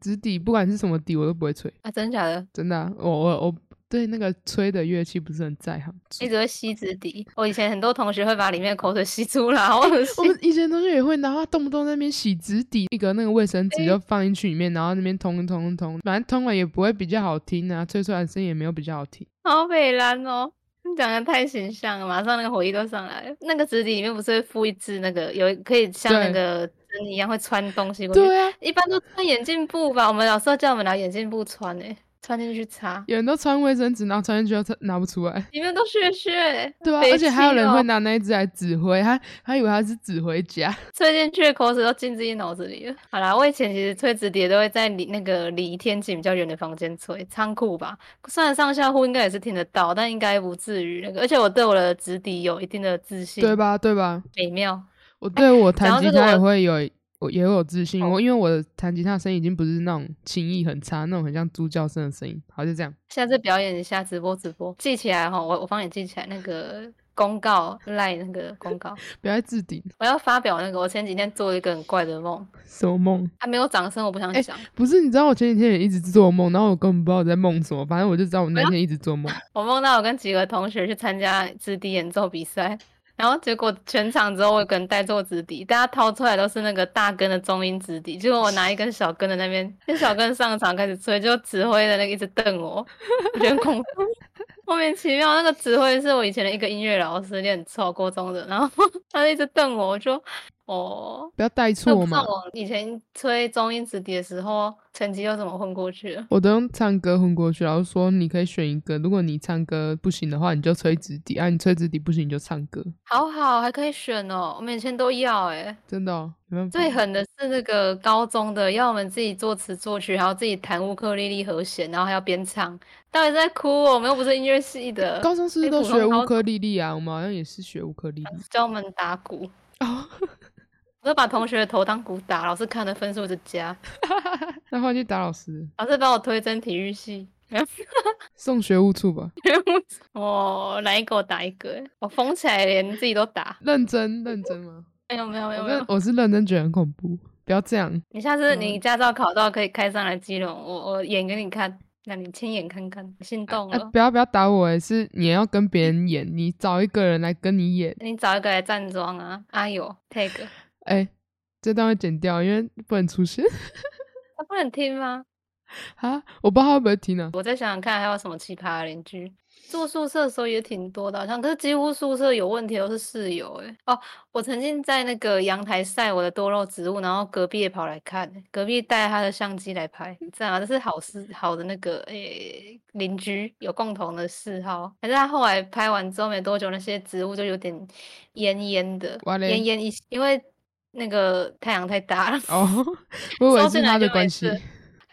S2: 直笛不管是什么笛我都不会吹，
S1: 啊！真的假的？
S2: 真的啊、我我我对那个吹的乐器不是很在行。
S1: 一直会吸直笛。我以前很多同学会把里面的口水吸出来，好恶
S2: 哎 我
S1: 心。
S2: 们以前同学也会，然后动不动在那边洗纸底，一个那个卫生纸
S1: 哎
S2: 就放进去里面，然后那边通通通，反正通了也不会比较好听啊，吹出来的声音也没有比较好听。
S1: 好北蓝哦，你讲的太形象了，马上那个回忆都上来了。那个纸底里面不是会附一只那个有一可以像那
S2: 对
S1: 个针一样会穿东西过去？
S2: 对啊，
S1: 一般都穿眼镜布吧？我们老师都叫我们拿眼镜布穿诶、穿进去擦，
S2: 有人都穿卫生纸，然后穿进去又穿拿不出 来。
S1: 里面都欸屑屑。
S2: 对啊，
S1: 北
S2: 而且还有
S1: 七
S2: 人
S1: 哦
S2: 会拿那一只来指挥，他他以为他是指挥家。
S1: 吹进去的口水都进自己脑子里了。好啦，我以前其实吹纸笛都会在离那个离天井比较远的房间吹，仓库吧，虽然上下呼应该也是听得到，但应该不至于那个。而且我对我的纸笛有一定的自信，
S2: 对？吧？对吧？
S1: 美妙。
S2: 我对我弹
S1: 到
S2: 吉
S1: 这个
S2: 他也
S1: 我
S2: 会有，我也有自信。
S1: 哦
S2: 我因为我的弹吉他声音已经不是那种轻易很差，那种很像猪叫声的声音。好，就这样。
S1: 下次表演一下直播直播，记起来哈，我我帮你记起来那个公告赖那个公告，
S2: 不要再置顶，
S1: 我要发表那个。我前几天做了一个很怪的梦，
S2: 什么梦？
S1: 还没有掌声，我不想
S2: 哎
S1: 讲。
S2: 不是，你知道我前几天也一直做梦，然后我根本不知道我在梦什么，反正我就知道我那
S1: 啊
S2: 天一直做梦。
S1: 我梦到我跟几个同学去参加直笛演奏比赛，然后结果全场只有我一个人带做直笛，大家掏出来都是那个大根的中音直笛，结果我拿一根小根的那边，那小根上场开始吹，就指挥的那个一直瞪我，我觉得很恐怖。 莫名其妙，那个指挥是我以前的一个音乐老师，有点臭，高中的，然后 他就一直瞪我，我就哦，
S2: 不要带
S1: 那
S2: 错
S1: 不知道
S2: 嘛，
S1: 我以前吹中音直笛的时候，成绩又怎么混过去了？
S2: 我都用唱歌混过去，然后说你可以选一个，如果你唱歌不行的话，你就吹直笛啊，你吹直笛不行你就唱歌，
S1: 好好，还可以选哦，我们以前都要哎、
S2: 真的、哦、没办法。
S1: 最狠的是那个高中的，要我们自己作词作曲，还要自己弹乌克丽丽和弦，然后还要边唱，到底在哭哦？我们又不是音乐系的，
S2: 高中是不是
S1: 哎
S2: 都
S1: 普通
S2: 学乌
S1: 高
S2: 克丽丽啊？我们好像也是学乌克丽丽。
S1: 教我们打鼓，
S2: 哦，
S1: 我都把同学的头当鼓打，老师看的分数就加，
S2: 那换去打老师，
S1: 老师把我推真体育系。
S2: 送学务处吧，
S1: 哦，来一个我打一个欸，我疯起来连自己都打。
S2: 认真认真吗？
S1: 没有没有没有
S2: 我
S1: 没有
S2: 认，我是认真觉得很恐怖，不要这样。
S1: 你下次
S2: 嗯
S1: 你驾照考到可以开上来基隆，我我演给你看，让你亲眼看看，心动
S2: 啊
S1: 了。，
S2: 不要不要打我、欸，是你要跟别人演，你找一个人来跟你演。
S1: 你找一个来站桩啊，阿友 tag，
S2: 哎、这段会剪掉，因为不能出现
S1: 他不能听吗？
S2: 啊！我不知道他会不会听呢、
S1: 我再想想看，还有什么奇葩的邻居？住宿舍的时候也挺多的，好像可是几乎宿舍有问题都是室友、欸。哦，我曾经在那个阳台晒我的多肉植物，然后隔壁也跑来看欸，隔壁带他的相机来拍，这样啊，这是好事好的那个诶邻、居有共同的嗜好。可是他后来拍完之后没多久，那些植物就有点奄奄的，
S2: 哇嘞
S1: 奄奄一息，因为那个太阳太大了。
S2: 哦，我以
S1: 收
S2: 为
S1: 进
S2: 是
S1: 来
S2: 他
S1: 就
S2: 的
S1: 没
S2: 关系
S1: 事。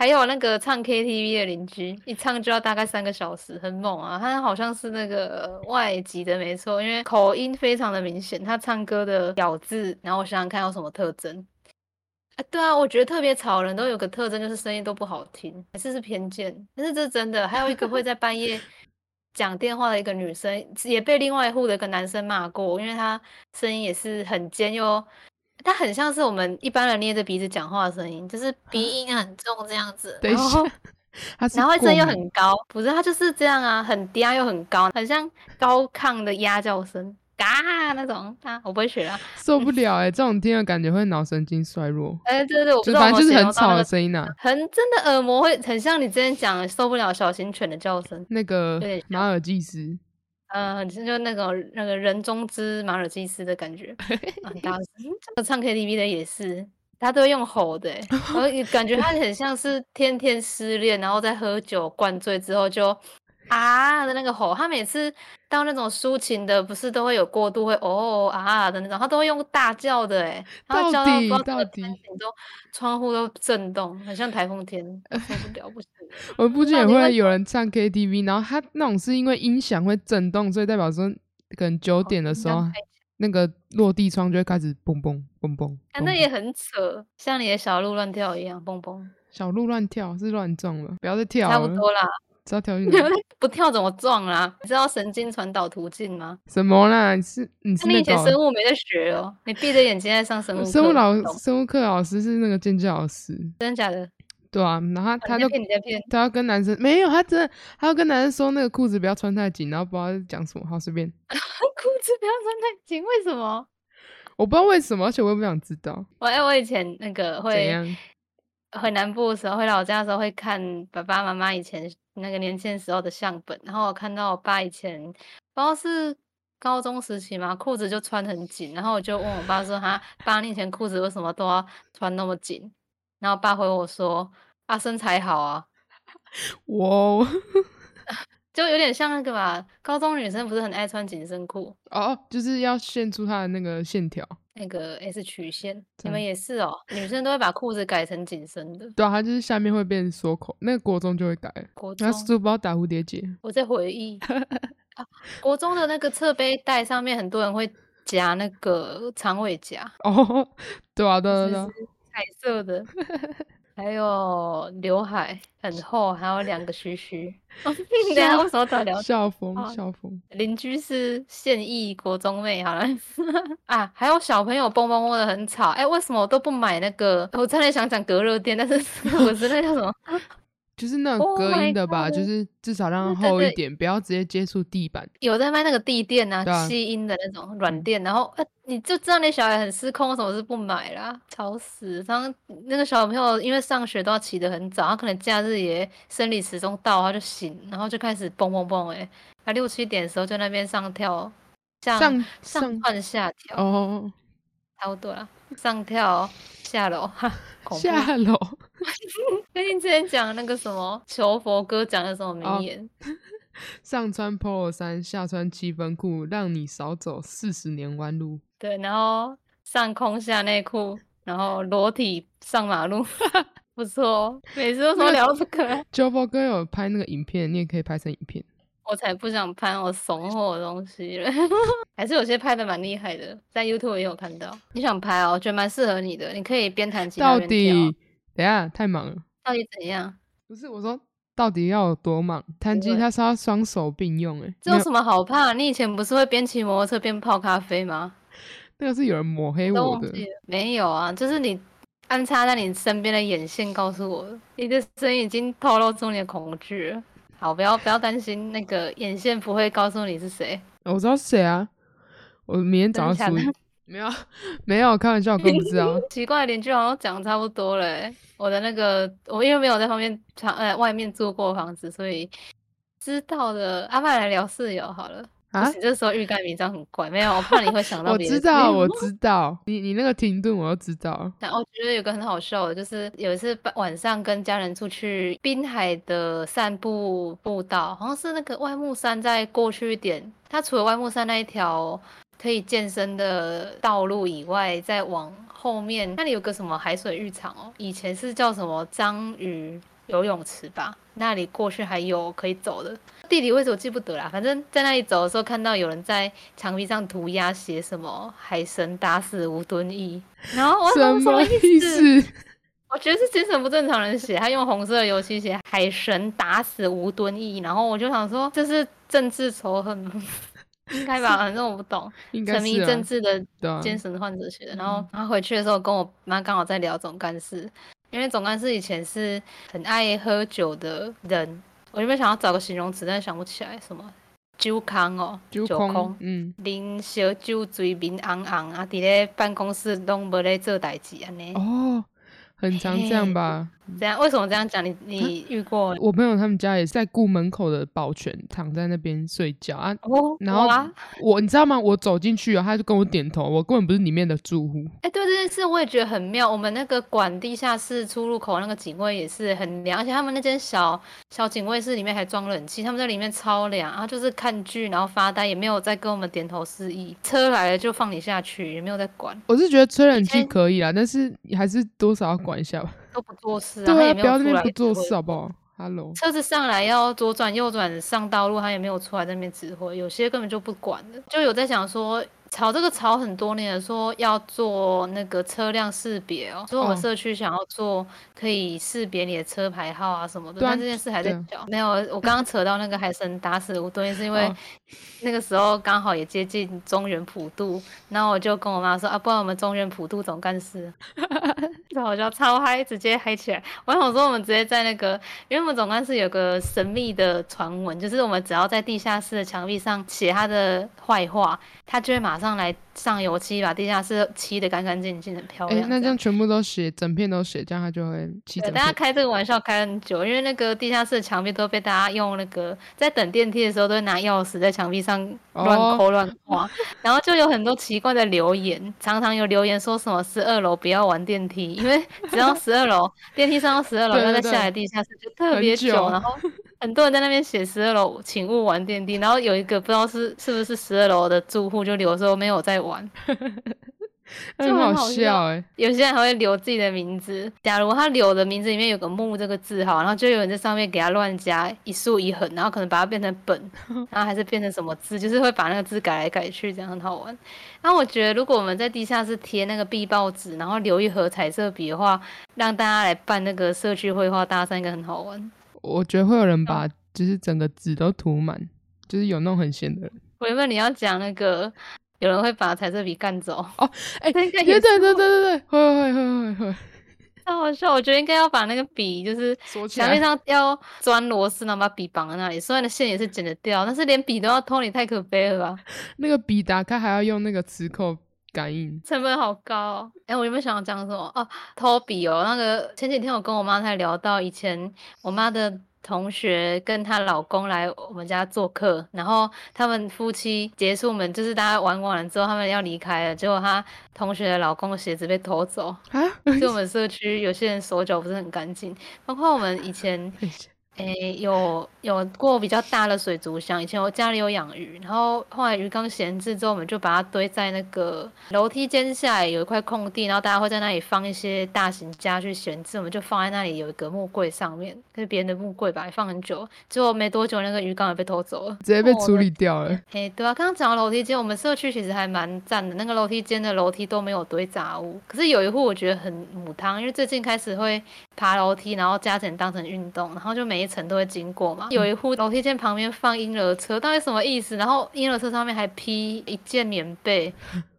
S1: 还有那个唱 KTV 的邻居，一唱就要大概三个小时，很猛啊！他好像是那个外籍的，没错，因为口音非常的明显。他唱歌的咬字，然后我想想看有什么特征。啊，对啊，我觉得特别吵的人都有个特征，就是声音都不好听，还是是偏见，但是这是真的。还有一个会在半夜讲电话的一个女生，也被另外一户的一个男生骂过，因为她声音也是很尖又，她很像是我们一般人捏着鼻子讲话的声音，就是鼻音很重这样子，
S2: 啊等一
S1: 然
S2: 下
S1: 后，
S2: 他是
S1: 哦然后声音又
S2: 过敏
S1: 很高，不是她就是这样啊，很低啊又很高，很像高亢的鸭叫声，嘎那种啊，我不会学啊，
S2: 受不了哎、这种听了感觉会脑神经衰弱，
S1: 哎、对对，我不
S2: 就
S1: 知道
S2: 反
S1: 有
S2: 正
S1: 没有
S2: 就
S1: 形
S2: 是很
S1: 容到那
S2: 吵的
S1: 个
S2: 声音啊。
S1: 很真的耳膜会很像你之前讲的受不了小型犬的叫声，
S2: 那个
S1: 点
S2: 马尔济斯，
S1: 嗯、呃，就那个那个人中之马尔济斯的感 觉，啊很大声。这个唱 KTV 的也是，他都会用吼的欸，我也感觉他很像是天天失恋，然后在喝酒灌醉之后就啊的那个吼。他每次到那种抒情的，不是都会有过度会哦啊的那种，他都会用大叫的，哎，他
S2: 到
S1: 叫到不
S2: 底
S1: 知道
S2: 到
S1: 多少天
S2: 底
S1: 你都窗户都震动，很像台风天，受不了不行了。
S2: 我不仅
S1: 到
S2: 也
S1: 底为
S2: 会
S1: 什
S2: 有人唱 KTV，然后他那种是因为音响会震动，所以代表说可能九点的
S1: 音
S2: 时
S1: 量
S2: 候
S1: 太，
S2: 那个落地窗就会开始嘣嘣嘣嘣，
S1: 啊，
S2: 嘣
S1: 那
S2: 嘣
S1: 也很扯，像你的小鹿乱跳一样，蹦蹦，
S2: 小鹿乱跳是乱撞了，不要再跳了，啊嗯
S1: 差不多啦。
S2: 知道跳去 哪
S1: 不跳怎么撞啦？你知道神经传导途径吗？
S2: 什么啦？你是你是
S1: 那你
S2: 那
S1: 以前
S2: 个
S1: 生
S2: 哦
S1: 物没在学哦，你闭着眼睛在上生物课，
S2: 生物老
S1: 懂
S2: 生物课老师是那个健教老师，
S1: 真的假的？
S2: 对啊，然后他
S1: 啊
S2: 他
S1: 你
S2: 就
S1: 在骗你在骗，
S2: 他要跟男生没有，他真的他要跟男生说那个裤子不要穿太紧，然后不知道在讲什么，好随便，
S1: 裤子不要穿太紧，为什么？
S2: 我不知道为什么，而且我也不想知道
S1: 我哎，我以前那个
S2: 怎
S1: 会
S2: 样。
S1: 回南部的时候，回老家的时候会看爸爸妈妈以前那个年轻时候的相本，然后我看到我爸以前不知道是高中时期嘛，裤子就穿很紧，然后我就问我爸说：“哈，爸，你以前裤子为什么都要穿那么紧？”然后我爸回我说：“啊，身材好啊。”
S2: 哇哦
S1: 就有点像那个吧，高中女生不是很爱穿紧身裤，
S2: 哦，就是要献出他的那个线条，
S1: 那个 S 曲线，你
S2: 真
S1: 们也是哦，女生都会把裤子改成紧身的。
S2: 对啊，他就是下面会变缩口，那个国中就会改了，
S1: 国中，
S2: 然后书包打蝴蝶结，
S1: 我在回忆啊，国中的那个侧背带上面，很多人会夹那个长尾夹，
S2: 哦，对啊，对
S1: 就
S2: 啊
S1: 是
S2: 对啊，
S1: 彩色的，还有刘海很厚，还有两个须须。我 病的啊，
S2: 笑
S1: 为什么突然聊
S2: 校风
S1: 哦
S2: 校风，
S1: 邻居是现役国中妹，好了 啊，还有小朋友蹦蹦蹦的很吵，哎、为什么我都不买那个？我差点想讲隔热垫，但是 我是那叫什么？
S2: 就是那种
S1: Oh
S2: 隔
S1: my
S2: 音的吧，
S1: God
S2: 就是至少让它
S1: 对
S2: 厚一
S1: 对
S2: 点，不要直接接触地板，
S1: 有在卖那个地垫啊
S2: 对，啊
S1: 吸音的那种软
S2: 嗯
S1: 垫，然后呃，你就知道那小孩很失控，为什么是不买啦？吵死！然后那个小朋友因为上学都要起得很早，他可能假日也生理时钟到，他就醒，然后就开始蹦蹦蹦、哎，他六七点的时候就那边上跳，上
S2: 上
S1: 上
S2: 上
S1: 窜下跳。
S2: 哦
S1: 差不多啦，上跳下楼，哈，恐怖。
S2: 下楼，
S1: 跟你之前讲的那个什么求佛哥讲的什么名
S2: 哦
S1: 言，
S2: 上穿 polo 衫，下穿七分裤，让你少走四十年弯路。
S1: 对，然后上空下内裤，然后裸体上马路， 不错哦。每次都
S2: 那
S1: 说
S2: 个
S1: 聊这个，
S2: 九佛哥有拍那个影片，你也可以拍成影片。
S1: 我才不想拍我怂货的东西了。 还是有些拍的蛮厉害的，在 YouTube 也有看到。你想拍哦，我觉得蛮适合你的，你可以边弹吉他
S2: 到
S1: 边跳啊。
S2: 底等一下太忙了，
S1: 到底怎样？
S2: 不是我说到底要有多忙？弹
S1: 不
S2: 吉
S1: 会
S2: 他是要双手并用、欸，哎，
S1: 这有
S2: 那
S1: 什么好怕？你以前不是会边骑摩托车边泡咖啡吗？
S2: 那个是有人抹黑
S1: 都
S2: 我
S1: 忘
S2: 的，
S1: 记了没有啊，就是你安插在你身边的眼线告诉我了，你的声音已经透露出你的恐惧了。好，不要不要担心，那个眼线不会告诉你是谁。
S2: 我知道是谁啊，我明天早
S1: 真的
S2: 上
S1: 假
S2: 注
S1: 的
S2: 意。 没有没有，开玩笑，我根本不知道。
S1: 奇怪，邻居好像讲得差不多了欸、我的那个，我因为没有在旁边长呃外面租过房子，所以知道的。阿爸来聊室友好了。
S2: 啊
S1: 不行这时候欲盖弥彰很怪，没有，我怕你会想到
S2: 我
S1: 别的
S2: 知
S1: 事。
S2: 道，我知道，你你那个停顿我就知道了。
S1: 然后我哦觉得有个很好笑的，就是有一次半晚上跟家人出去滨海的散步步道，好像是那个外木山再过去一点，它除了外木山那一条可以健身的道路以外，再往后面那里有个什么海水浴场哦，以前是叫什么章鱼游泳池吧？那里过去还有可以走的，地理位置我记不得啦。反正在那里走的时候，看到有人在墙壁上涂鸦，写什么“海神打死吴敦义”，然后我想
S2: 什
S1: 说
S2: 么
S1: 什么
S2: 意
S1: 思？
S2: 思？
S1: 我觉得是精神不正常人写，他用红色的油漆写“海神打死吴敦义”，然后我就想说这是政治仇恨吗？ 应该吧，反正我不懂，
S2: 应该
S1: 沉迷
S2: 是、啊、嗯
S1: 政治的
S2: 对啊，
S1: 精神患者写的。然后他回去的时候跟我妈刚好在聊总干事，因为总干事以前是很爱喝酒的人，我原本想要找个形容词，但是想不起来什么。酒康哦，
S2: 就
S1: 酒
S2: 空，嗯，
S1: 啉烧酒醉面红红啊，伫咧办公室拢无咧做代志安尼。
S2: 哦，很常这样
S1: 嘿
S2: 吧。
S1: 这样为什么这样讲？你你遇过
S2: 我朋友他们家也是在顾门口的保全，躺在那边睡觉啊。
S1: 哦？
S2: 然后
S1: 啊，
S2: 我，你知道吗？我走进去啊，他就跟我点头，我根本不是里面的住户。
S1: 哎，对这件事我也觉得很妙。我们那个管地下室出入口那个警卫也是很凉，而且他们那间小小警卫室里面还装冷气，他们在里面超凉，然后就是看剧，然后发呆，也没有再跟我们点头示意。车来了就放你下去，也没有在管，
S2: 我是觉得吹冷气
S1: 前
S2: 可以啦，但是还是多少要管一下吧。
S1: 都不做事啊，他
S2: 对啊，
S1: 也
S2: 不
S1: 没
S2: 要
S1: 有出
S2: 那边
S1: 来
S2: 不做
S1: 指挥
S2: 事好不好？Hello，
S1: 车子上来要左转右转上道路，他也没有出来在那边指挥，有些根本就不管的。就有在讲说，吵这个吵很多年了，说要做那个车辆识别哦，说我们
S2: 哦
S1: 社区想要做可以识别你的车牌号啊什么的，
S2: 对啊
S1: 但这件事还在
S2: 对啊
S1: 讲。没有，我刚刚扯到那个海神打死吴敦义，是因为
S2: 哦
S1: 那个时候刚好也接近中原普渡，然后我就跟我妈说啊，不然我们中原普渡总干事， 超好笑，超嗨，直接嗨起来。我想说，我们直接在那个，因为我们总干事有个神秘的传闻，就是我们只要在地下室的墙壁上写他的坏话，他就会马上来上油漆，把地下室漆得干干净净、很漂
S2: 哎、
S1: 亮。
S2: 那
S1: 这
S2: 这
S1: 样
S2: 样全部都写，整片都写，这样他就会气
S1: 对，
S2: 整
S1: 大家
S2: 片。
S1: 开这个玩笑开很久，因为那个地下室的墙壁都被大家用那个在等电梯的时候都会拿钥匙在墙壁上
S2: 哦
S1: 乱抠乱画， 然后就有很多奇怪的留言，常常有留言说什么十二楼不要玩电梯，因为只要十二楼电梯上到十二楼
S2: 对
S1: 要再
S2: 对对
S1: 下来地下室就特别久，
S2: 很久
S1: 然后。很多人在那边写十二楼，请勿玩电梯。然后有一个不知道是是不是十二楼的住户就留说没有在玩，
S2: 那
S1: 就很
S2: 很好
S1: 好
S2: 笑
S1: 笑
S2: 哎、
S1: 有些人还会留自己的名字，假如他留的名字里面有个木这个字号，然后就有人在上面给他乱加一竖一横，然后可能把它变成本，然后还是变成什么字，就是会把那个字改来改去，这样很好玩。那我觉得如果我们在地下室贴那个壁报纸，然后留一盒彩色笔的话，让大家来办那个社区绘画大赛，应该很好玩。
S2: 我觉得会有
S1: 嗯
S2: 人把就是整个纸都涂满，就是有那种很闲的人。
S1: 我原本你要讲那个有人会把彩色笔干走，
S2: 哎、
S1: 这应该
S2: 对
S1: 也哦
S2: 对对对对对，会会会会会
S1: 超好笑。我觉得应该要把那个笔就是
S2: 锁起
S1: 墙壁
S2: 来。
S1: 上要钻螺丝，然后把笔绑在那里。虽然的线也是剪得掉，但是连笔都要偷，你太可悲了吧？
S2: 那个笔打开还要用那个磁扣感应。
S1: 成本好高、哦。哎、我原本想要讲什么？哦，偷笔哦。那个前几天我跟我妈在聊到以前我妈的。同学跟她老公来我们家做客，然后他们夫妻结束门，就是大家玩完了之后，他们要离开了，结果她同学的老公的鞋子被偷走，
S2: 啊！
S1: 所以我们社区有些人手脚不是很干净，包括我们以前诶，有有过比较大的水族箱，以前我家里有养鱼，然后后来鱼缸闲置之后，我们就把它堆在那个楼梯间下来有一块空地，然后大家会在那里放一些大型家具闲置，我们就放在那里有一个木柜上面，跟别人的木柜吧，放很久，结果没多久那个鱼缸也被偷走了。
S2: 直接被
S1: 哦
S2: 处
S1: 那
S2: 理掉了。
S1: 诶，对啊，刚刚讲到楼梯间，我们社区其实还蛮赞的，那个楼梯间的楼梯都没有堆杂物。可是有一户我觉得很母汤，因为最近开始会爬楼梯，然后加减当成运动，然后就每一层都会经过嘛。有一户楼梯间旁边放婴儿车，到底什么意思？然后婴儿车上面还披一件棉 被。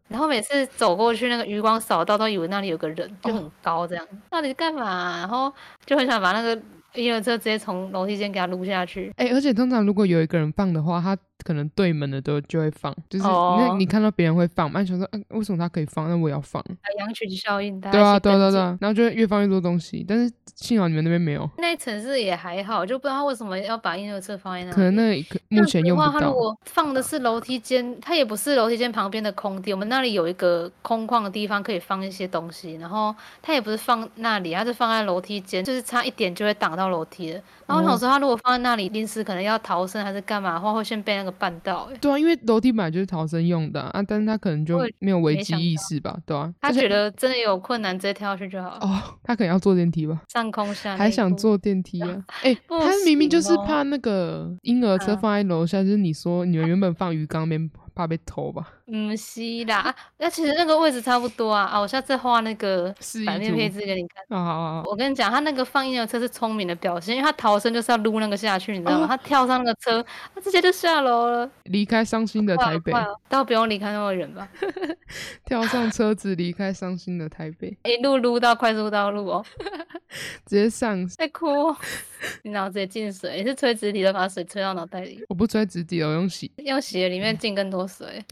S1: 然后每次走过去，那个余光扫到，都以为那里有个人，就
S2: 哦
S1: 很高这样。到底是干嘛、啊然后就很想把那个婴儿车直接从楼梯间给它撸下去。
S2: 哎、而且通常如果有一个人放的话，他可能对门的都就会放，就是、那
S1: 哦
S2: 你看到别人会放嘛，你想说，嗯、为什么他可以放，那我也要放。
S1: 还羊群效应，大家
S2: 对
S1: 一
S2: 啊，
S1: 起
S2: 对啊，
S1: 跟
S2: 对啊，
S1: 进
S2: 对啊，然后就会越放越多东西，但是幸好你们那边没有，
S1: 那一层是也还好，就不知道为什么要把婴儿车放在那里。
S2: 可能那里可目前用
S1: 嗯这样子
S2: 不
S1: 的话，它如。
S2: 到
S1: 果放的是楼梯间，它也不是楼梯间旁边的空地，我们那里有一个空旷的地方可以放一些东西，然后它也不是放那里，它是放在楼梯间，就是差一点就会挡到楼梯了。然后我
S2: 哦
S1: 想说，他如果放在那里，临时可能要逃生还是干嘛的话，会先被那个绊到、欸。
S2: 对啊，因为楼梯本来就是逃生用的啊，啊但是他可能就
S1: 我也
S2: 没有危
S1: 没
S2: 机
S1: 想
S2: 意
S1: 到
S2: 识吧，对啊，
S1: 他
S2: 而且
S1: 觉得真的有困难，直接跳下去就好了。
S2: 哦，他可能要坐电梯吧，
S1: 上空下
S2: 还
S1: 内
S2: 想
S1: 裤
S2: 坐电梯 啊？哎、
S1: 啊不
S2: 他明明就是
S1: 行哦
S2: 怕那个婴儿车
S1: 嗯
S2: 放在楼下，就是你说你们原本放鱼缸那边怕被偷吧？
S1: 嗯，是啦，啊那其实那个位置差不多啊。啊，我下次画那个
S2: 示
S1: 版
S2: 意
S1: 面配
S2: 图
S1: 置给你看。
S2: 啊好好好
S1: 我跟你讲，他那个放婴儿车是聪明的表现，因为他逃生就是要撸那个下去，你知道吗？
S2: 哦
S1: 他跳上那个车，他直接就下楼了，
S2: 离开伤心的
S1: 快
S2: 台
S1: 了
S2: 北
S1: 快，了，倒不用离开那么远吧，
S2: 跳上车子离开伤心的台北，
S1: 一路撸到快速道路哦，
S2: 直接上。
S1: 在哭哦，你脑子也进水，你是吹直笛的，把水吹到脑袋里，
S2: 我不吹纸笛了，我用洗。
S1: 用血里面进更多水。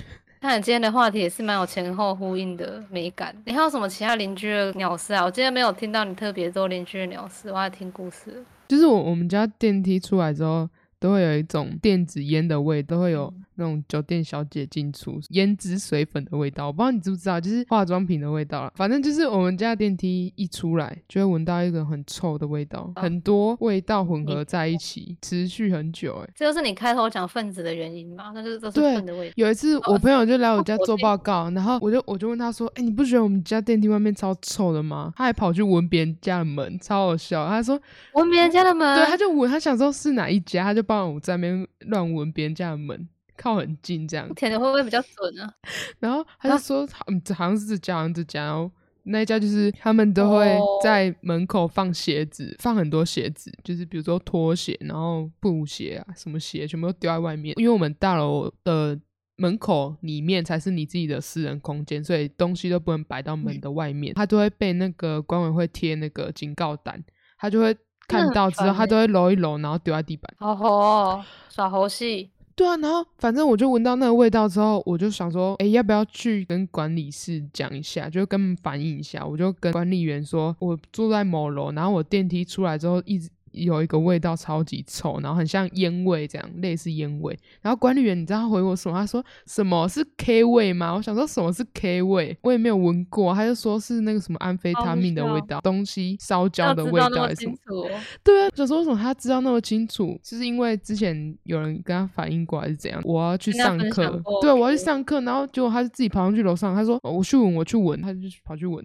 S1: 那你今天的话题也是蛮有前后呼应的美感。你还有什么其他邻居的鸟事啊？我今天没有听到你特别多邻居的鸟事，我还听故事了。
S2: 就是我我们家电梯出来之后，都会有一种电子烟的味，都会有那种酒店小姐进出胭脂水粉的味道。我不知道你知不知道，就是化妆品的味道啦。反正就是我们家电梯一出来，就会闻到一个很臭的味道，
S1: 啊
S2: 很多味道混合在一起，持续很久、欸。
S1: 这就是你开头讲分子的原因嘛？那就是都是
S2: 对
S1: 粪的味道。
S2: 有一次，我朋友就来我家
S1: 我
S2: 做
S1: 听
S2: 报告，然后我就我就问他说：“哎、你不觉得我们家电梯外面超臭的吗？”他还跑去闻别人家的门，超好笑。他说：“
S1: 闻别人家的门，
S2: 对，他就闻，他想说是哪一家，他就帮我在那边乱闻别人家的门，靠很近这样。
S1: 舔的会不会比较准啊？
S2: 然后他就说，好嗯，这好像是这家，好像这家。然后那一家就是他们都会
S1: 哦
S2: 在门口放鞋子，放很多鞋子，就是比如说拖鞋，然后布鞋啊，什么鞋全部都丢在外面。因为我们大楼的门口里面才是你自己的私人空间，所以东西都不能摆到
S1: 嗯
S2: 门的外面，他都会被那个管委会贴那个警告单，他就会。
S1: 真的
S2: 看
S1: 很
S2: 到之后，
S1: 烦
S2: 他
S1: 欸
S2: 都会揉一揉，然后丢在地板。
S1: 好猴哦，耍猴戏。
S2: 对啊，然后反正我就闻到那个味道之后，我就想说，哎，要不要去跟管理室讲一下，就跟他们反映一下。我就跟管理员说，我住在某楼，然后我电梯出来之后一直。有一个味道超级臭，然后很像烟味这样，类似烟味。然后管理员你知道他回我什么？他说什么是 K 味吗？我想说什么是 K 味，我也没有闻过。他就说是那个什么安非
S1: 好
S2: 他命的味
S1: 笑
S2: 道，东西烧焦
S1: 要
S2: 的
S1: 知
S2: 味
S1: 道那
S2: 道
S1: 么
S2: 还是什么
S1: 清。楚哦，
S2: 对啊，想说为什么他知道那么清楚，就是因为之前有人跟他反映过还是怎样，我要去
S1: 跟他
S2: 上
S1: 分享
S2: 课
S1: 过，
S2: 对，我要去
S1: OK
S2: 上课，然后结果他就自己跑上去楼上，他说、哦我去闻，我去闻，他就跑去闻，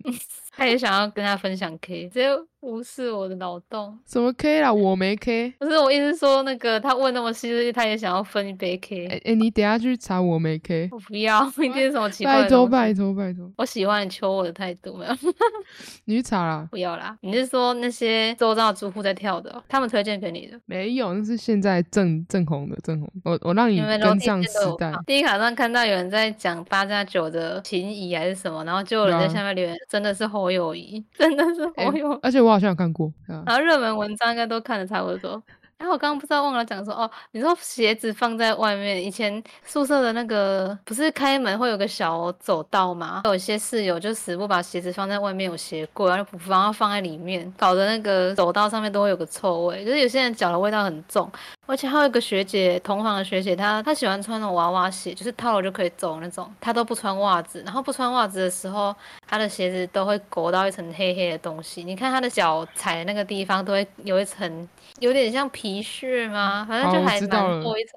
S1: 他也想要跟他分享 K，直接无视我的脑洞。
S2: 什么 K 啦，我没 K，
S1: 不是我意思是说，那个他问那么细，就是他也想要分一杯 K。
S2: 哎哎、你等一下去查我没 K，
S1: 我不要，一定是什么奇怪
S2: 拜
S1: 的
S2: 托
S1: 东西。
S2: 拜托拜托，
S1: 我喜欢你求我的态度没有？
S2: 你去查啦，
S1: 不要啦，你是说那些周遭的住户在跳的哦、他们推荐给你的？
S2: 没有，那是现在正正红的正红，我我让你
S1: 你们楼
S2: 嗯跟
S1: 梯间
S2: 上时
S1: 都有
S2: 代
S1: 放。。第一卡上看到有人在讲八加九的情谊还是什么，然后就有人在
S2: 对啊
S1: 下面留言，真的是侯友谊，真的是
S2: 哎
S1: 侯友谊。
S2: 而且我好像有看过，对啊
S1: 然后热门文章应该都看的差不多。然后我刚刚不知道忘了讲说哦，你说鞋子放在外面，以前宿舍的那个不是开门会有个小走道吗？有些室友就死不把鞋子放在外面有鞋柜，然后不放，然后放在里面，搞得那个走道上面都会有个臭味，就是有些人脚的味道很重。而且还有一个学姐，同房的学姐，她她喜欢穿那种娃娃鞋，就是套了就可以走那种，她都不穿袜子。然后不穿袜子的时候，她的鞋子都会裹到一层黑黑的东西。你看她的脚踩的那个地方都会有一层，有点像皮屑吗？反正
S2: 哦
S1: 就
S2: 我
S1: 还
S2: 知
S1: 蛮
S2: 道了
S1: 厚一层，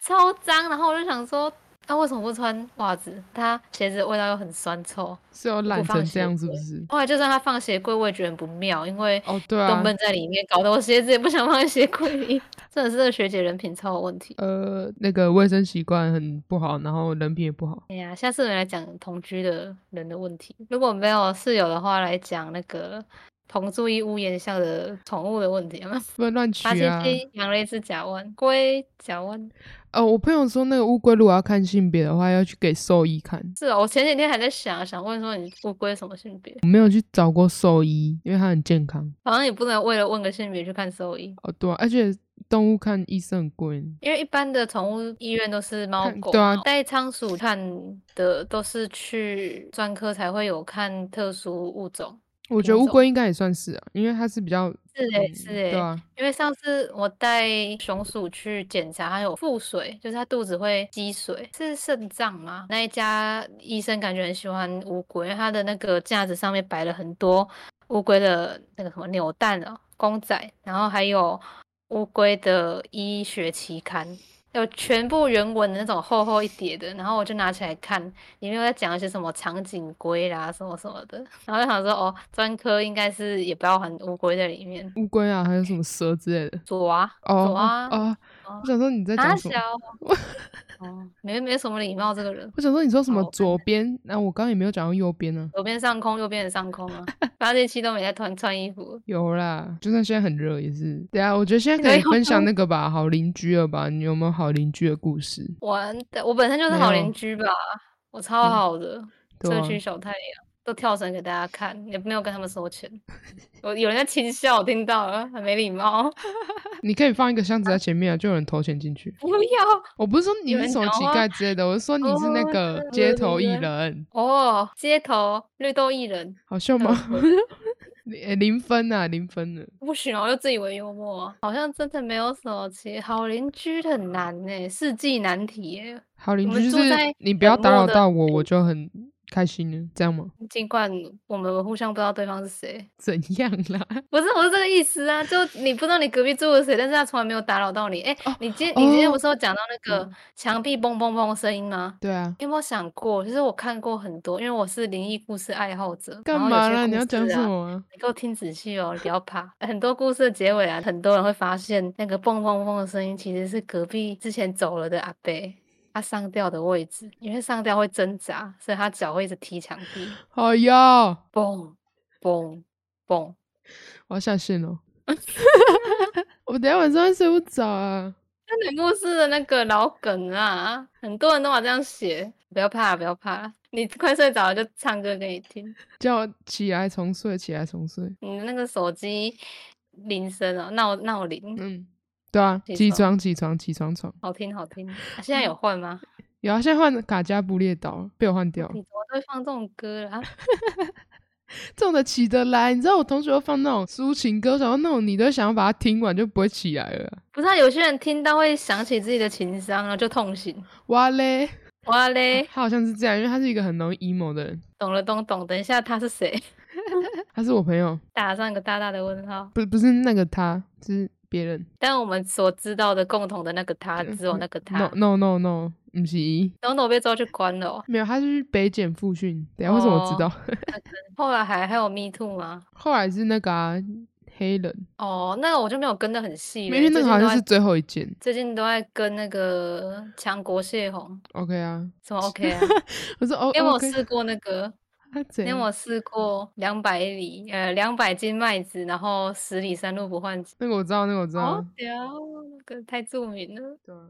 S1: 超脏。然后我就想说，她、为什么不穿袜子？她鞋子的味道又很酸臭。
S2: 是有懒
S1: 放
S2: 成
S1: 鞋
S2: 这样是不
S1: 柜
S2: 是？
S1: 后来就算她放鞋柜，我也觉得很不妙，因为
S2: 哦，对啊
S1: 冻，闷在里面，搞得我鞋子也不想放在鞋柜里。 真的是这个学姐人品超有问题。
S2: 呃，那个卫生习惯很不好，然后人品也不好。
S1: 哎呀，下次我们来讲同居的人的问题。如果没有室友的话，来讲那个同住一屋檐下的宠物的问题。有没有
S2: 不能乱取
S1: 八七
S2: 啊！
S1: 七养了一只甲湾龟，甲湾
S2: 呃，我朋友说那个乌龟如果要看性别的话，要去给兽医看。
S1: 是哦，我前几天还在想，想问说你乌龟什么性别？
S2: 我没有去找过兽医，因为它很健康。
S1: 好像也不能为了问个性别去看兽医，
S2: 哦，对啊、而且动物看医生很贵。
S1: 因为一般的宠物医院都是猫
S2: 看
S1: 狗
S2: 对啊
S1: 嘛，带仓鼠看的都是去专科才会有看特殊物种。
S2: 我觉得
S1: 品
S2: 乌
S1: 种
S2: 龟应该也算是啊，因为它是比较
S1: 是诶、
S2: 嗯
S1: 是欸诶、
S2: 对啊，
S1: 因为上次我带熊鼠去检查，它有腹水，就是它肚子会积水，是肾脏吗？那一家医生感觉很喜欢乌龟，因为它的那个架子上面摆了很多乌龟的那个什么扭蛋哦，公仔，然后还有乌龟的医学期刊，有全部原文的那种厚厚一叠的，然后我就拿起来看，里面有在讲一些什么长颈龟啦什么什么的， 然后就想说哦，专科应该是也包含乌龟在里面，
S2: 乌龟啊，还有什么蛇之类的。
S1: 左啊
S2: 哦
S1: 左啊
S2: 哦，
S1: 哦
S2: 我想说你在
S1: 哪
S2: 讲什
S1: 小
S2: 么？
S1: 哦，没没什么礼貌这个人。
S2: 我想说你说什么
S1: 哦我看
S2: 左边？那、我刚刚也没有讲到右边啊呢、
S1: 左边上空，右边的上空啊！发这期都没在穿穿衣服，
S2: 有啦，就算现在很热也是。对啊，我觉 得现在
S1: 没
S2: 可以
S1: 有
S2: 分享那个吧，好邻居了吧？你有没有好邻居的故事？
S1: 我我本身就是
S2: 没
S1: 好
S2: 有嗯
S1: 邻居吧，我超好的，
S2: 对
S1: 社
S2: 啊
S1: 区小太阳都跳绳给大家看，也没有跟他们收钱。我有人在轻笑，我听到了，很没礼貌。
S2: 你可以放一个箱子在前面啊，就有人投钱进去。
S1: 不要
S2: 我不是说你
S1: 有
S2: 是
S1: 人
S2: 什么
S1: 讲
S2: 乞
S1: 话
S2: 丐之类的，我是说你是那
S1: 哦
S2: 个
S1: 对
S2: 街
S1: 对
S2: 头艺
S1: 对
S2: 人，
S1: 哦，街头绿豆薏仁
S2: 好笑
S1: 那
S2: 吗
S1: 我？嗯
S2: 诶零分啊，零分了。
S1: 不行哦，我就自以为幽默啊，好像真的没有什么其好邻居很难呢，世纪难题欸耶。
S2: 好邻
S1: 我
S2: 居
S1: 们
S2: 就
S1: 住
S2: 是
S1: 在
S2: 你不要
S1: 冷
S2: 打
S1: 漠
S2: 扰
S1: 的嗯
S2: 到我，我就很开心了，这样吗？
S1: 尽管我们互相不知道对方是谁，
S2: 怎样啦？
S1: 不是，我是这个意思啊，就你不知道你隔壁住的谁，但是他从来没有打扰到你。哎、
S2: 哦
S1: 你今天你今天
S2: 哦
S1: 不是有讲到那个
S2: 嗯
S1: 墙壁嘣嘣嘣的声音吗？
S2: 对啊，
S1: 你有没有想过？就是我看过很多，因为我是灵异故事爱好者，
S2: 干
S1: 然后
S2: 嘛
S1: 有些
S2: 啦？
S1: 故
S2: 你要讲
S1: 事
S2: 什
S1: 啊，
S2: 么啊？
S1: 你给我听仔细哦，你不要怕。很多故事的结尾啊，很多人会发现那个嘣嘣嘣的声音其实是隔壁之前走了的阿伯，他上吊的位置，因为上吊会挣扎，所以他脚会一直踢墙壁，
S2: 哎呀，
S1: 嘣嘣嘣。
S2: 我要下 线了。我等一下晚上会睡不着啊。
S1: 那鬼故事的那个老梗啊，很多人都把这样写，不要怕，不要怕，你快睡着了就唱歌给你听。
S2: 叫我起来重睡，起来重睡。
S1: 你的那个手机铃声啊，闹闹铃，
S2: 嗯，对啊，
S1: 起
S2: 起
S1: 床
S2: 床，起床，起床，床。
S1: 好听好听。啊
S2: 嗯
S1: 现在有换吗？
S2: 然啊后现在换卡加布列岛了，被我换掉了
S1: 你。怎么都会放这种歌啊啦？
S2: 这种的起得来，你知道我同学会放那种抒情歌，然后那种你都想要把它听完，就不会起来了。
S1: 不是、啊，有些人听到会想起自己的情伤，然后就痛醒。
S2: 哇嘞，
S1: 哇嘞，
S2: 他好像是这样，因为他是一个很容易 emo 的人。
S1: 懂了懂懂。等一下他是谁？
S2: 他是我朋友，
S1: 打上一个大大的问号。
S2: 不不是那个他，是别人。
S1: 但我们所知道的共同的那个他，只有那个他
S2: 嗯 No。no no no，不是一，
S1: 等等被抓去关了哦、
S2: 没有，他是去北检复训。等一下为什么我知
S1: 哦
S2: 道？
S1: 后来还还有 Me Too 吗？
S2: 后来是那个、啊、黑人，
S1: 哦，那个我就没有跟的很细
S2: 因
S1: 了
S2: 为
S1: 欸，
S2: 那
S1: 最
S2: 个
S1: 近
S2: 好
S1: 都
S2: 像
S1: 在
S2: 是最后一件。
S1: 最近都在跟那个强国泄洪，
S2: OK 啊，
S1: 什么 OK 啊？
S2: 我说哦，
S1: 因为我
S2: OK，
S1: 试过那个，
S2: 他
S1: 因
S2: 怎
S1: 为
S2: 样
S1: 我试过两百里，呃，两百斤麦子，然后十里山路不换季，
S2: 那个我知道，那个我知
S1: 好
S2: 道。
S1: 屌哦，那个太著名了。
S2: 对啊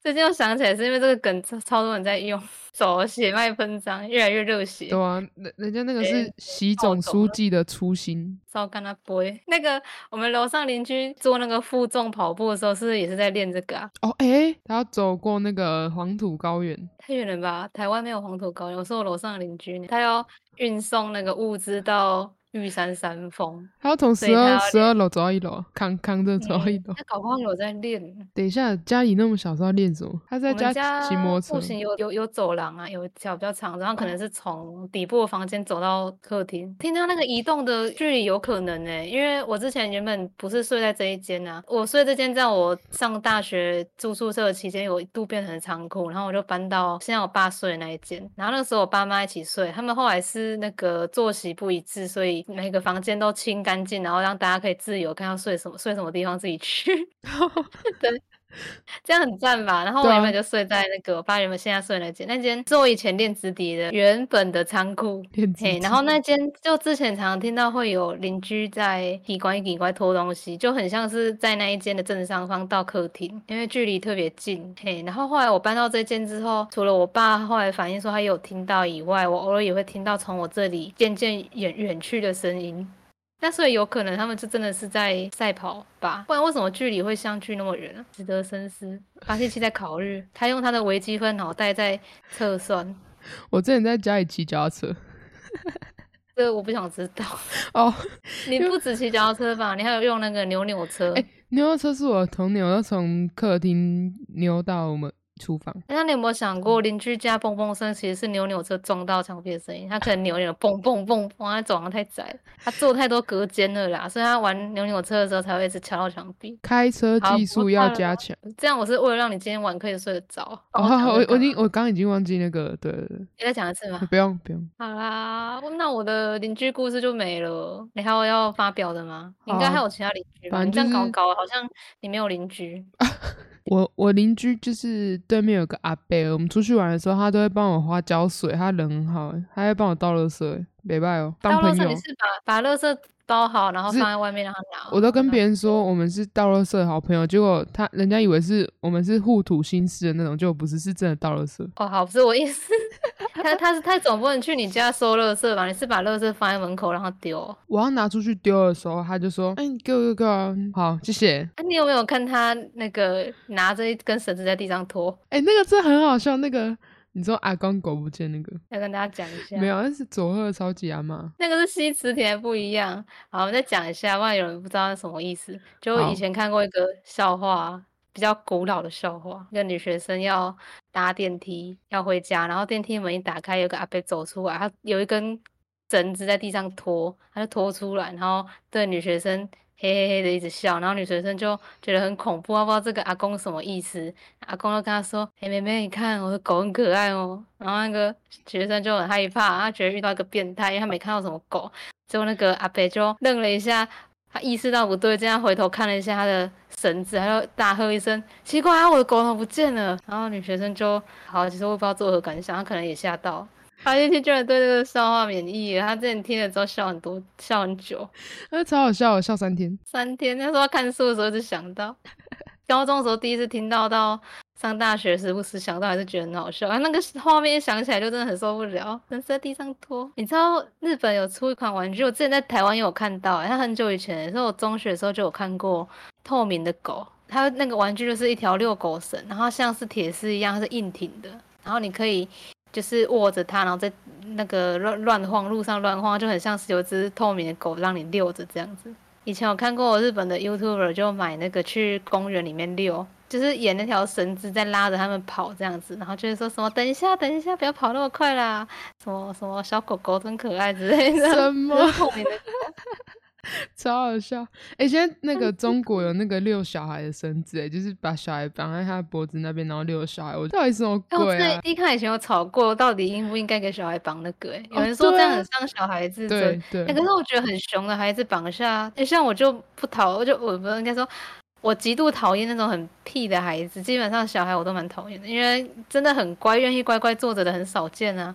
S1: 最近又想起来，是因为这个梗超超多人在用，走血脉喷张，越来越热血。
S2: 对啊，人人家那个
S1: 别人
S2: 是习
S1: 暴
S2: 总
S1: 走
S2: 书
S1: 了
S2: 记的初心，
S1: 烧干他不会。那个我们楼上邻居做那个负重跑步的时候，是不是也是在练这个啊？
S2: 哦，诶，他要走过那个黄土高原，
S1: 太远了吧？台湾没有黄土高原，我是我楼上的邻居呢，他要运送那个物资到玉山山峰，
S2: 他要从
S1: 所
S2: 十
S1: 以他
S2: 二
S1: 要
S2: 十二楼走到一楼啊，扛扛着
S1: 嗯
S2: 走到一楼。
S1: 他搞不好有在练。
S2: 等一下，家里那么小是要练什么？他在
S1: 我们家
S2: 骑摩托嗯
S1: 步
S2: 车
S1: 行，有有有走廊啊，有一条比较长，然后可能是从底部的房间走到客厅。听到那个移动的距离有可能呢、欸因为我之前原本不是睡在这一间啊，我睡这间在我上大学住宿舍的期间有一度变成仓库，然后我就搬到现在我爸睡的那一间。然后那个时候我爸妈一起睡，他们后来是那个作息不一致，所以每个房间都清干净，然后让大家可以自由看要睡什么睡什么地方自己去。这样很赞吧？然后我
S2: 对
S1: 原
S2: 啊
S1: 本就睡在那个我爸原本现在睡的那间，那间是我以前练直笛的原本的仓库。
S2: 练自
S1: 嘿，
S2: 己。
S1: 然后那间就之前常常听到会有邻居在奇怪奇怪偷东西，就很像是在那一间的正上方到客厅，因为距离特别近。嘿，然后后来我搬到这间之后，除了我爸后来反映说他有听到以外，我偶尔也会听到从我这里渐渐远远去的声音。那所以有可能他们就真的是在赛跑吧，不然为什么距离会相距那么远呢、啊值得深思。巴西奇在考虑，他用他的微积分脑袋在测算，
S2: 我之前在家里骑脚踏车，
S1: 这个我不想知道。
S2: 哦，
S1: 你不止骑脚踏车吧，你还有用那个扭扭车。
S2: 哎牛肉车是我的童年，我要从客厅扭到我们厨房。
S1: 那你有没有想过，邻居家蹦蹦声其实是扭扭车撞到墙壁的声音？他可能扭扭蹦蹦蹦蹦，他走廊太窄了，他做太多隔间了啦，所以他玩扭扭车的时候才会一直敲到墙壁。
S2: 开车
S1: 好
S2: 技
S1: 不
S2: 术要
S1: 看
S2: 加
S1: 了
S2: 强。
S1: 这样我是为了让你今天晚可以睡得着。帮
S2: 哦，
S1: 讲
S2: 我
S1: 这
S2: 我
S1: 个
S2: 已经我刚刚已经忘记那个，对对对，
S1: 你再讲一次吗？
S2: 不用不用，
S1: 好啦，那我的邻居故事就没了。你还有要发表的吗？你应该还
S2: 好啊
S1: 有其他邻居吧？
S2: 反
S1: 你这
S2: 正
S1: 样搞
S2: 就是
S1: 搞，好像你没有邻居。
S2: 我我邻居就是对面有个阿伯，我们出去玩的时候，他都会帮我花胶水，他人很好欸，他会帮我倒垃圾欸，没拜哦，当
S1: 倒垃
S2: 朋
S1: 圾你
S2: 友。
S1: 是把把垃圾包好，然后
S2: 是
S1: 放在外面让他拿。
S2: 我都跟别
S1: 人
S2: 人说我们是倒垃圾的好朋友，结果他人家以为是我们是互吐心事的那种，结果不是，是真的倒垃圾。
S1: 哦，好，不是我意思。 他他是他总不能去你家收垃圾吧？你是把垃圾放在门口让他丢哦。
S2: 我要拿出去丢的时候，他就说：“哎、你给我给我给我啊，好，谢谢。
S1: 啊，你有没有看他那个拿着一根绳子在地上拖？
S2: 哎、那个真的很好笑，那个你说阿公狗不见那个
S1: 要跟大家讲一下。
S2: 没有，那是佐贺超级阿妈。
S1: 那个是西祠田不一样。好，我们再讲一下，万一有人不知道是什么意思。就
S2: 好
S1: 以前看过一个笑话，比较古老的笑话，一个女学生要搭电梯要回家，然后电梯门一打开，有个阿伯走出来，他有一根绳子在地上拖，他就拖出来，然后对女学生。嘿嘿嘿的一直笑，然后女学生就觉得很恐怖，她不知道这个阿公什么意思。阿公就跟她说：“哎、妹妹，你看我的狗很可爱哦。”然后那个学生就很害怕，他觉得遇到一个变态，因为他没看到什么狗。结果那个阿北就愣了一下，他意识到不对，这样回头看了一下他的绳子，他就大喝一声：“奇怪啊，我的狗怎么不见了？”然后女学生就好，其实我也不知道作何感想，她可能也吓到。她就居然对这个笑话免疫了，她之前听了之后笑很多，笑很久，
S2: 那超好笑，我笑三 天。
S1: 三天。那时候看书的时候就想到，高中的时候第一次听到，到上大学时不时想到还是觉得很好笑。啊，那个画面一想起来就真的很受不了，人在地上拖。你知道日本有出一款玩具，我之前在台湾也有看到、欸，它很久以前，是我中学的时候就有看过透明的狗，它那个玩具就是一条遛狗绳，然后像是铁丝一样，它是硬挺的，然后你可以。就是握着它，然后在那个乱乱晃，路上乱晃，就很像是有一只透明的狗让你遛着这样子。以前我看过日本的 YouTuber 就买那个去公园里面遛，就是演那条绳子在拉着他们跑这样子，然后就是说什么等一下等一下不要跑那么快啦，什么什么小狗狗真可爱之类的，
S2: 什 么
S1: 就是透明的
S2: 超好笑！哎、现在那个中国有那个遛小孩的绳子，哎，就是把小孩绑在他的脖子那边，然后遛小孩。我到底什么
S1: 哎，我
S2: 鬼
S1: 之前
S2: 啊？
S1: 一看以前有吵过，到底应不应该给小孩绑那个、欸？有
S2: 哦
S1: 人说这
S2: 对
S1: 样
S2: 啊
S1: 很伤小孩自尊。
S2: 对对
S1: 欸可是我觉得很熊的孩子绑一下，欸像我就不讨，我就我不应该说，我极度讨厌那种很屁的孩子。基本上小孩我都蛮讨厌的，因为真的很乖，愿意乖乖坐着的很少见啊。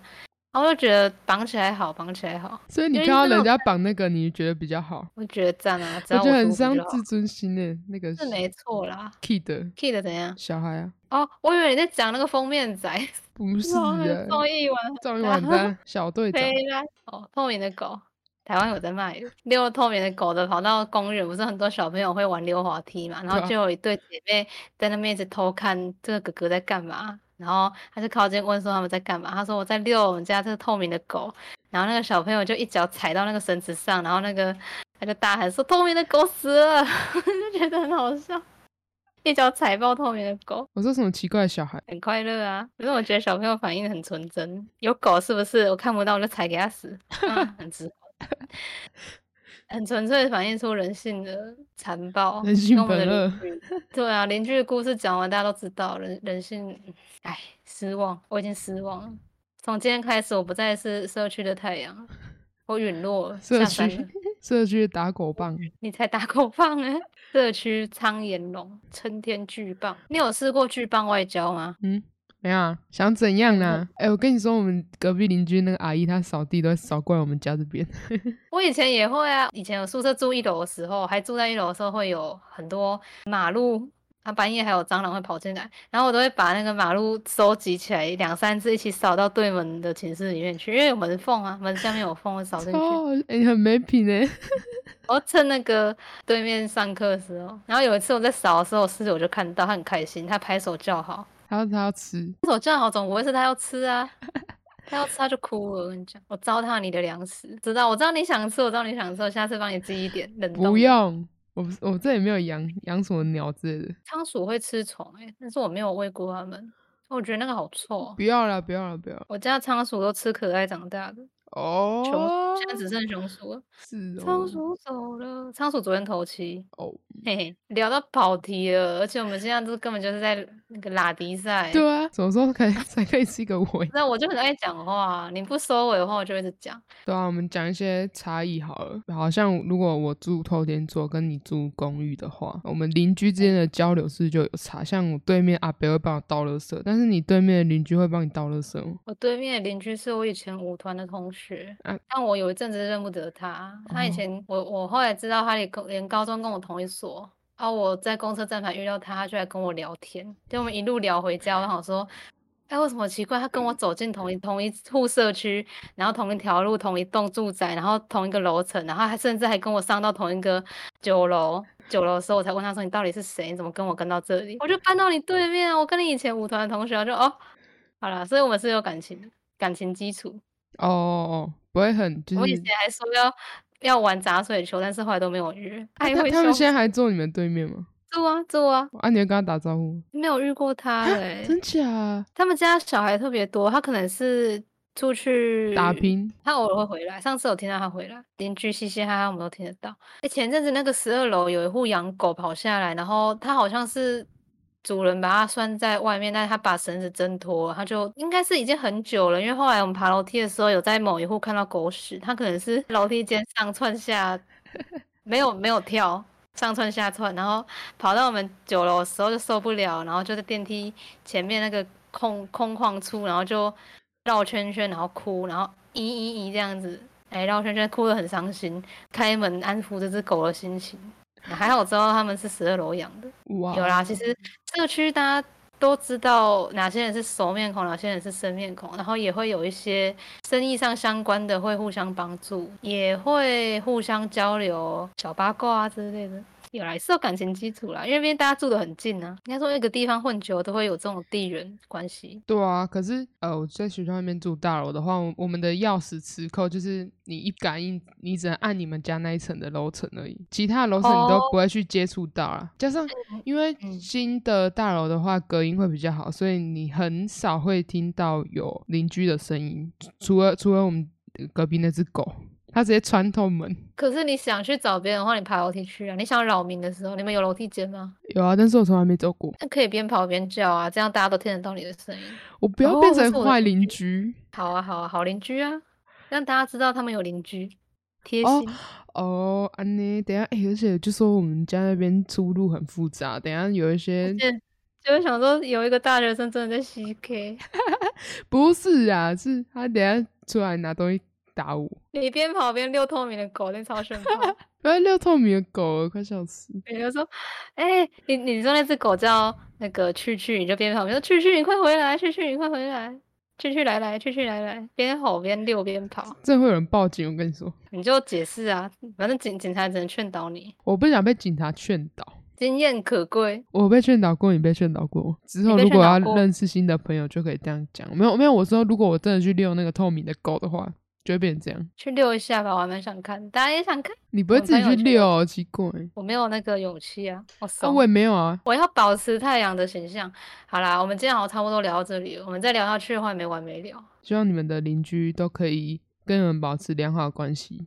S1: 然后我就觉得绑起来好，绑起来好，
S2: 所以你
S1: 有一
S2: 看到
S1: 些那种
S2: 人家绑那个，你觉得比较好？
S1: 我就觉得赞啊，只
S2: 我
S1: 要
S2: 觉得很
S1: 舒服
S2: 伤
S1: 就好
S2: 自，尊心诶、那个
S1: 是没错啦。
S2: kid
S1: kid 怎样？
S2: 小孩啊，
S1: 哦，我以为你在讲那个封面仔，
S2: 不是
S1: 哇
S2: 的，
S1: 综艺玩
S2: 赵
S1: 啊很
S2: 一
S1: 大
S2: 晚的小队长。
S1: 对啦，哦，透明的狗，台湾有在卖的遛透明的狗的，跑到公园，不是很多小朋友会玩溜滑梯嘛？然
S2: 对啊
S1: 后就有一对姐妹在那边一直偷看这个哥哥在干嘛，然后他就靠近问说他们在干嘛，他说我在遛我们家这个透明的狗，然后那个小朋友就一脚踩到那个绳子上，然后那个他就大喊说透明的狗死了， 就觉得很好笑，一脚踩爆透明的狗。
S2: 我说什么奇怪的小孩？
S1: 很快乐啊！可是我觉得小朋友反应得很纯真，有狗是不是？我看不到我就踩给它死，啊、很直， 很纯粹地反映出人性的残暴，
S2: 人性
S1: 哦跟我们
S2: 本
S1: 的
S2: 恶
S1: 邻居对啊，邻居的故事讲完，大家都知道人人性，哎，失望，我已经失望了。从今天开始，我不再是社区的太阳了，我陨落了，
S2: 社
S1: 下山了嗯
S2: 区 社区打狗棒，
S1: 你才打狗棒哎、社区苍岩龙，撑天巨棒，你有试过巨棒外交吗？
S2: 嗯，没有啊，想怎样
S1: 嗯
S2: 啦？哎、我跟你说，我们隔壁邻居那个阿姨，她扫地都会扫过来我们家这边。
S1: 我以前也会啊，以前我宿舍住一楼的时候，还住在一楼的时候，会有很多马路，啊半夜还有蟑螂会跑进来，然后我都会把那个马路收集起来，两三只一起扫到对门的寝室里面去，因为有门缝啊，门下面有缝，会扫进去。
S2: 哦，哎、你很没品 哎、
S1: 我趁那个对面上课的时候，然后有一次我在扫的时候，我室友就看到，他很开心，他拍手叫好，
S2: 她要她要吃，
S1: 拍手叫好总不会是他要吃 啊。他要吃他就哭了，我跟你讲，我糟蹋你的粮食，知道？我知道你想吃，我知道你想吃，我下次帮你寄一点冷冻。
S2: 不用，我不是我这里没有养养什么鸟之类的。
S1: 仓鼠会吃虫、欸，但是我没有喂过它们，我觉得那个好臭哦、
S2: 不要了，不要了，不要了。
S1: 我家仓鼠都吃可爱长大的，
S2: 哦，
S1: 熊、现在只剩熊鼠了。
S2: 是
S1: 仓
S2: 哦，
S1: 鼠走了，仓鼠昨天头七，
S2: 哦，
S1: 嘿嘿，聊到跑题了，而且我们现在都根本就是在那个拉迪赛。
S2: 对啊，什么时候可以 才可以是一个尾？
S1: 那我就很爱讲话，啊你不收尾的话，我就一直讲。
S2: 对啊，我们讲一些差异好了。好像如果我住透天厝跟你住公寓的话，我们邻居之间的交流是不是就有差。像我对面阿伯会帮我倒垃圾，但是你对面的邻居会帮你倒垃圾吗？
S1: 我对面的邻居是我以前舞团的同学，
S2: 啊
S1: 但我有一阵子认不得他。他以
S2: 哦
S1: 前我我后来知道他连高连高中跟我同一所。啊！我在公车站牌遇到他，他就来跟我聊天，就我们一路聊回家。我想说，哎，为什么奇怪？他跟我走进同一同一户社区，然后同一条路、同一栋住宅，然后同一个楼层，然后还甚至还跟我上到同一个九楼。九楼的时候，我才问他说：“你到底是谁？你怎么跟我跟到这里？”我就搬到你对面啊！我跟你以前舞团的同学啊，就哦，好啦，所以我们是有感情的，感情基础。
S2: 哦哦，哦，不会很就
S1: 我以
S2: 是
S1: 前。还说要要玩砸水球，但是后来都没有约。
S2: 啊
S1: 哎，
S2: 他
S1: 会
S2: 他们
S1: 凶
S2: 现在还坐你们对面吗？
S1: 住啊住啊，
S2: 啊，你会跟他打招呼吗？
S1: 没有遇过他
S2: 啊
S1: 哎、
S2: 真假？
S1: 他们家小孩特别多，他可能是出去
S2: 打。拼？
S1: 他偶尔会回来，上次有听到他回来，邻居嘻嘻哈哈，我们都听得到。哎，前阵子那个十二楼有一户养狗跑下来，然后它好像是主人把它拴在外面，但是它把绳子挣脱了，它就应该是已经很久了，因为后来我们爬楼梯的时候有在某一户看到狗屎，它可能是 楼梯间上窜下， 没有没有跳。上窜下窜，然后跑到我们九楼的时候就受不了，然后就在电梯前面那个空空旷处，然后就绕圈圈，然后哭，然后咦咦咦这样子，哎，绕圈圈哭得很伤心，开门安抚这只狗的心情。还好我知道他们是十二楼养的，
S2: 哇，
S1: 有啦。其实社区大家都知道哪些人是熟面孔，哪些人是生面孔，然后也会有一些生意上相关的会互相帮助，也会互相交流小八卦啊之类的。有啦，也是有感情基础啦，因为毕竟大家住得很近啊。应该说一个地方混久了都会有这种地缘关系。
S2: 对啊，可是呃，我在学校那边住大楼的话，我我们的钥匙磁扣就是你一感应，你只能按你们家那一层的楼层而已，其他的楼层你都
S1: 哦
S2: 不会去接触到啦。加上因为
S1: 嗯
S2: 新的大楼的话，隔音会比较好，所以你很少会听到有邻居的声音，除了除了我们隔壁那只狗，它直接穿透门。
S1: 可是你想去找别人的话，你爬楼梯去啊。你想扰民的时候，你们有楼梯间吗？
S2: 有啊，但是我从来没走过。
S1: 那可以边跑边叫啊，这样大家都听得到你的声音。
S2: 我不要
S1: 哦
S2: 变
S1: 这
S2: 成
S1: 是我的
S2: 坏
S1: 邻
S2: 邻居
S1: 好啊，好啊，好邻居啊，让大家知道他们有邻居，贴
S2: 哦
S1: 心。
S2: 哦。安妮，等一下，哎、而且就说我们家那边出入很复杂，等一下有一些
S1: 嗯，就会想说有一个大学生真的在 CK，
S2: 不是啊，是他等一下出来拿东西打我。
S1: 你边跑边遛透明的狗，那超炫炮。
S2: 不要遛透明的狗了，快笑死！
S1: 你就说，哎、你你说那只狗叫那个去去，你就边跑边说去去，你快回来，去去，你快回来，去去来来，去去来来，边吼边遛边跑，
S2: 这会有人报警，我跟你说，
S1: 你就解释啊，反正警警察只能劝导你，
S2: 我不想被警察劝导。
S1: 经验可贵。
S2: 我被劝导过，你被劝导过吗。之后
S1: 被
S2: 如
S1: 劝
S2: 果
S1: 导
S2: 要
S1: 过
S2: 认识新的朋友，就可以这样讲。没有没有，我说如果我真的去遛那个透明的狗的话，就会变成这样。
S1: 去遛一下吧，我还蛮想看，大家也想看，
S2: 你不会
S1: 我
S2: 自己
S1: 朋友
S2: 去遛、哦，奇怪。
S1: 我没有那个勇气啊，我
S2: 啊，
S1: 怂，
S2: 我也没有啊。
S1: 我要保持太阳的形象。好啦，我们今天好像差不多聊到这里了，我们再聊下去的话也没完没了。
S2: 希望你们的邻居都可以跟你们保持良好的关系。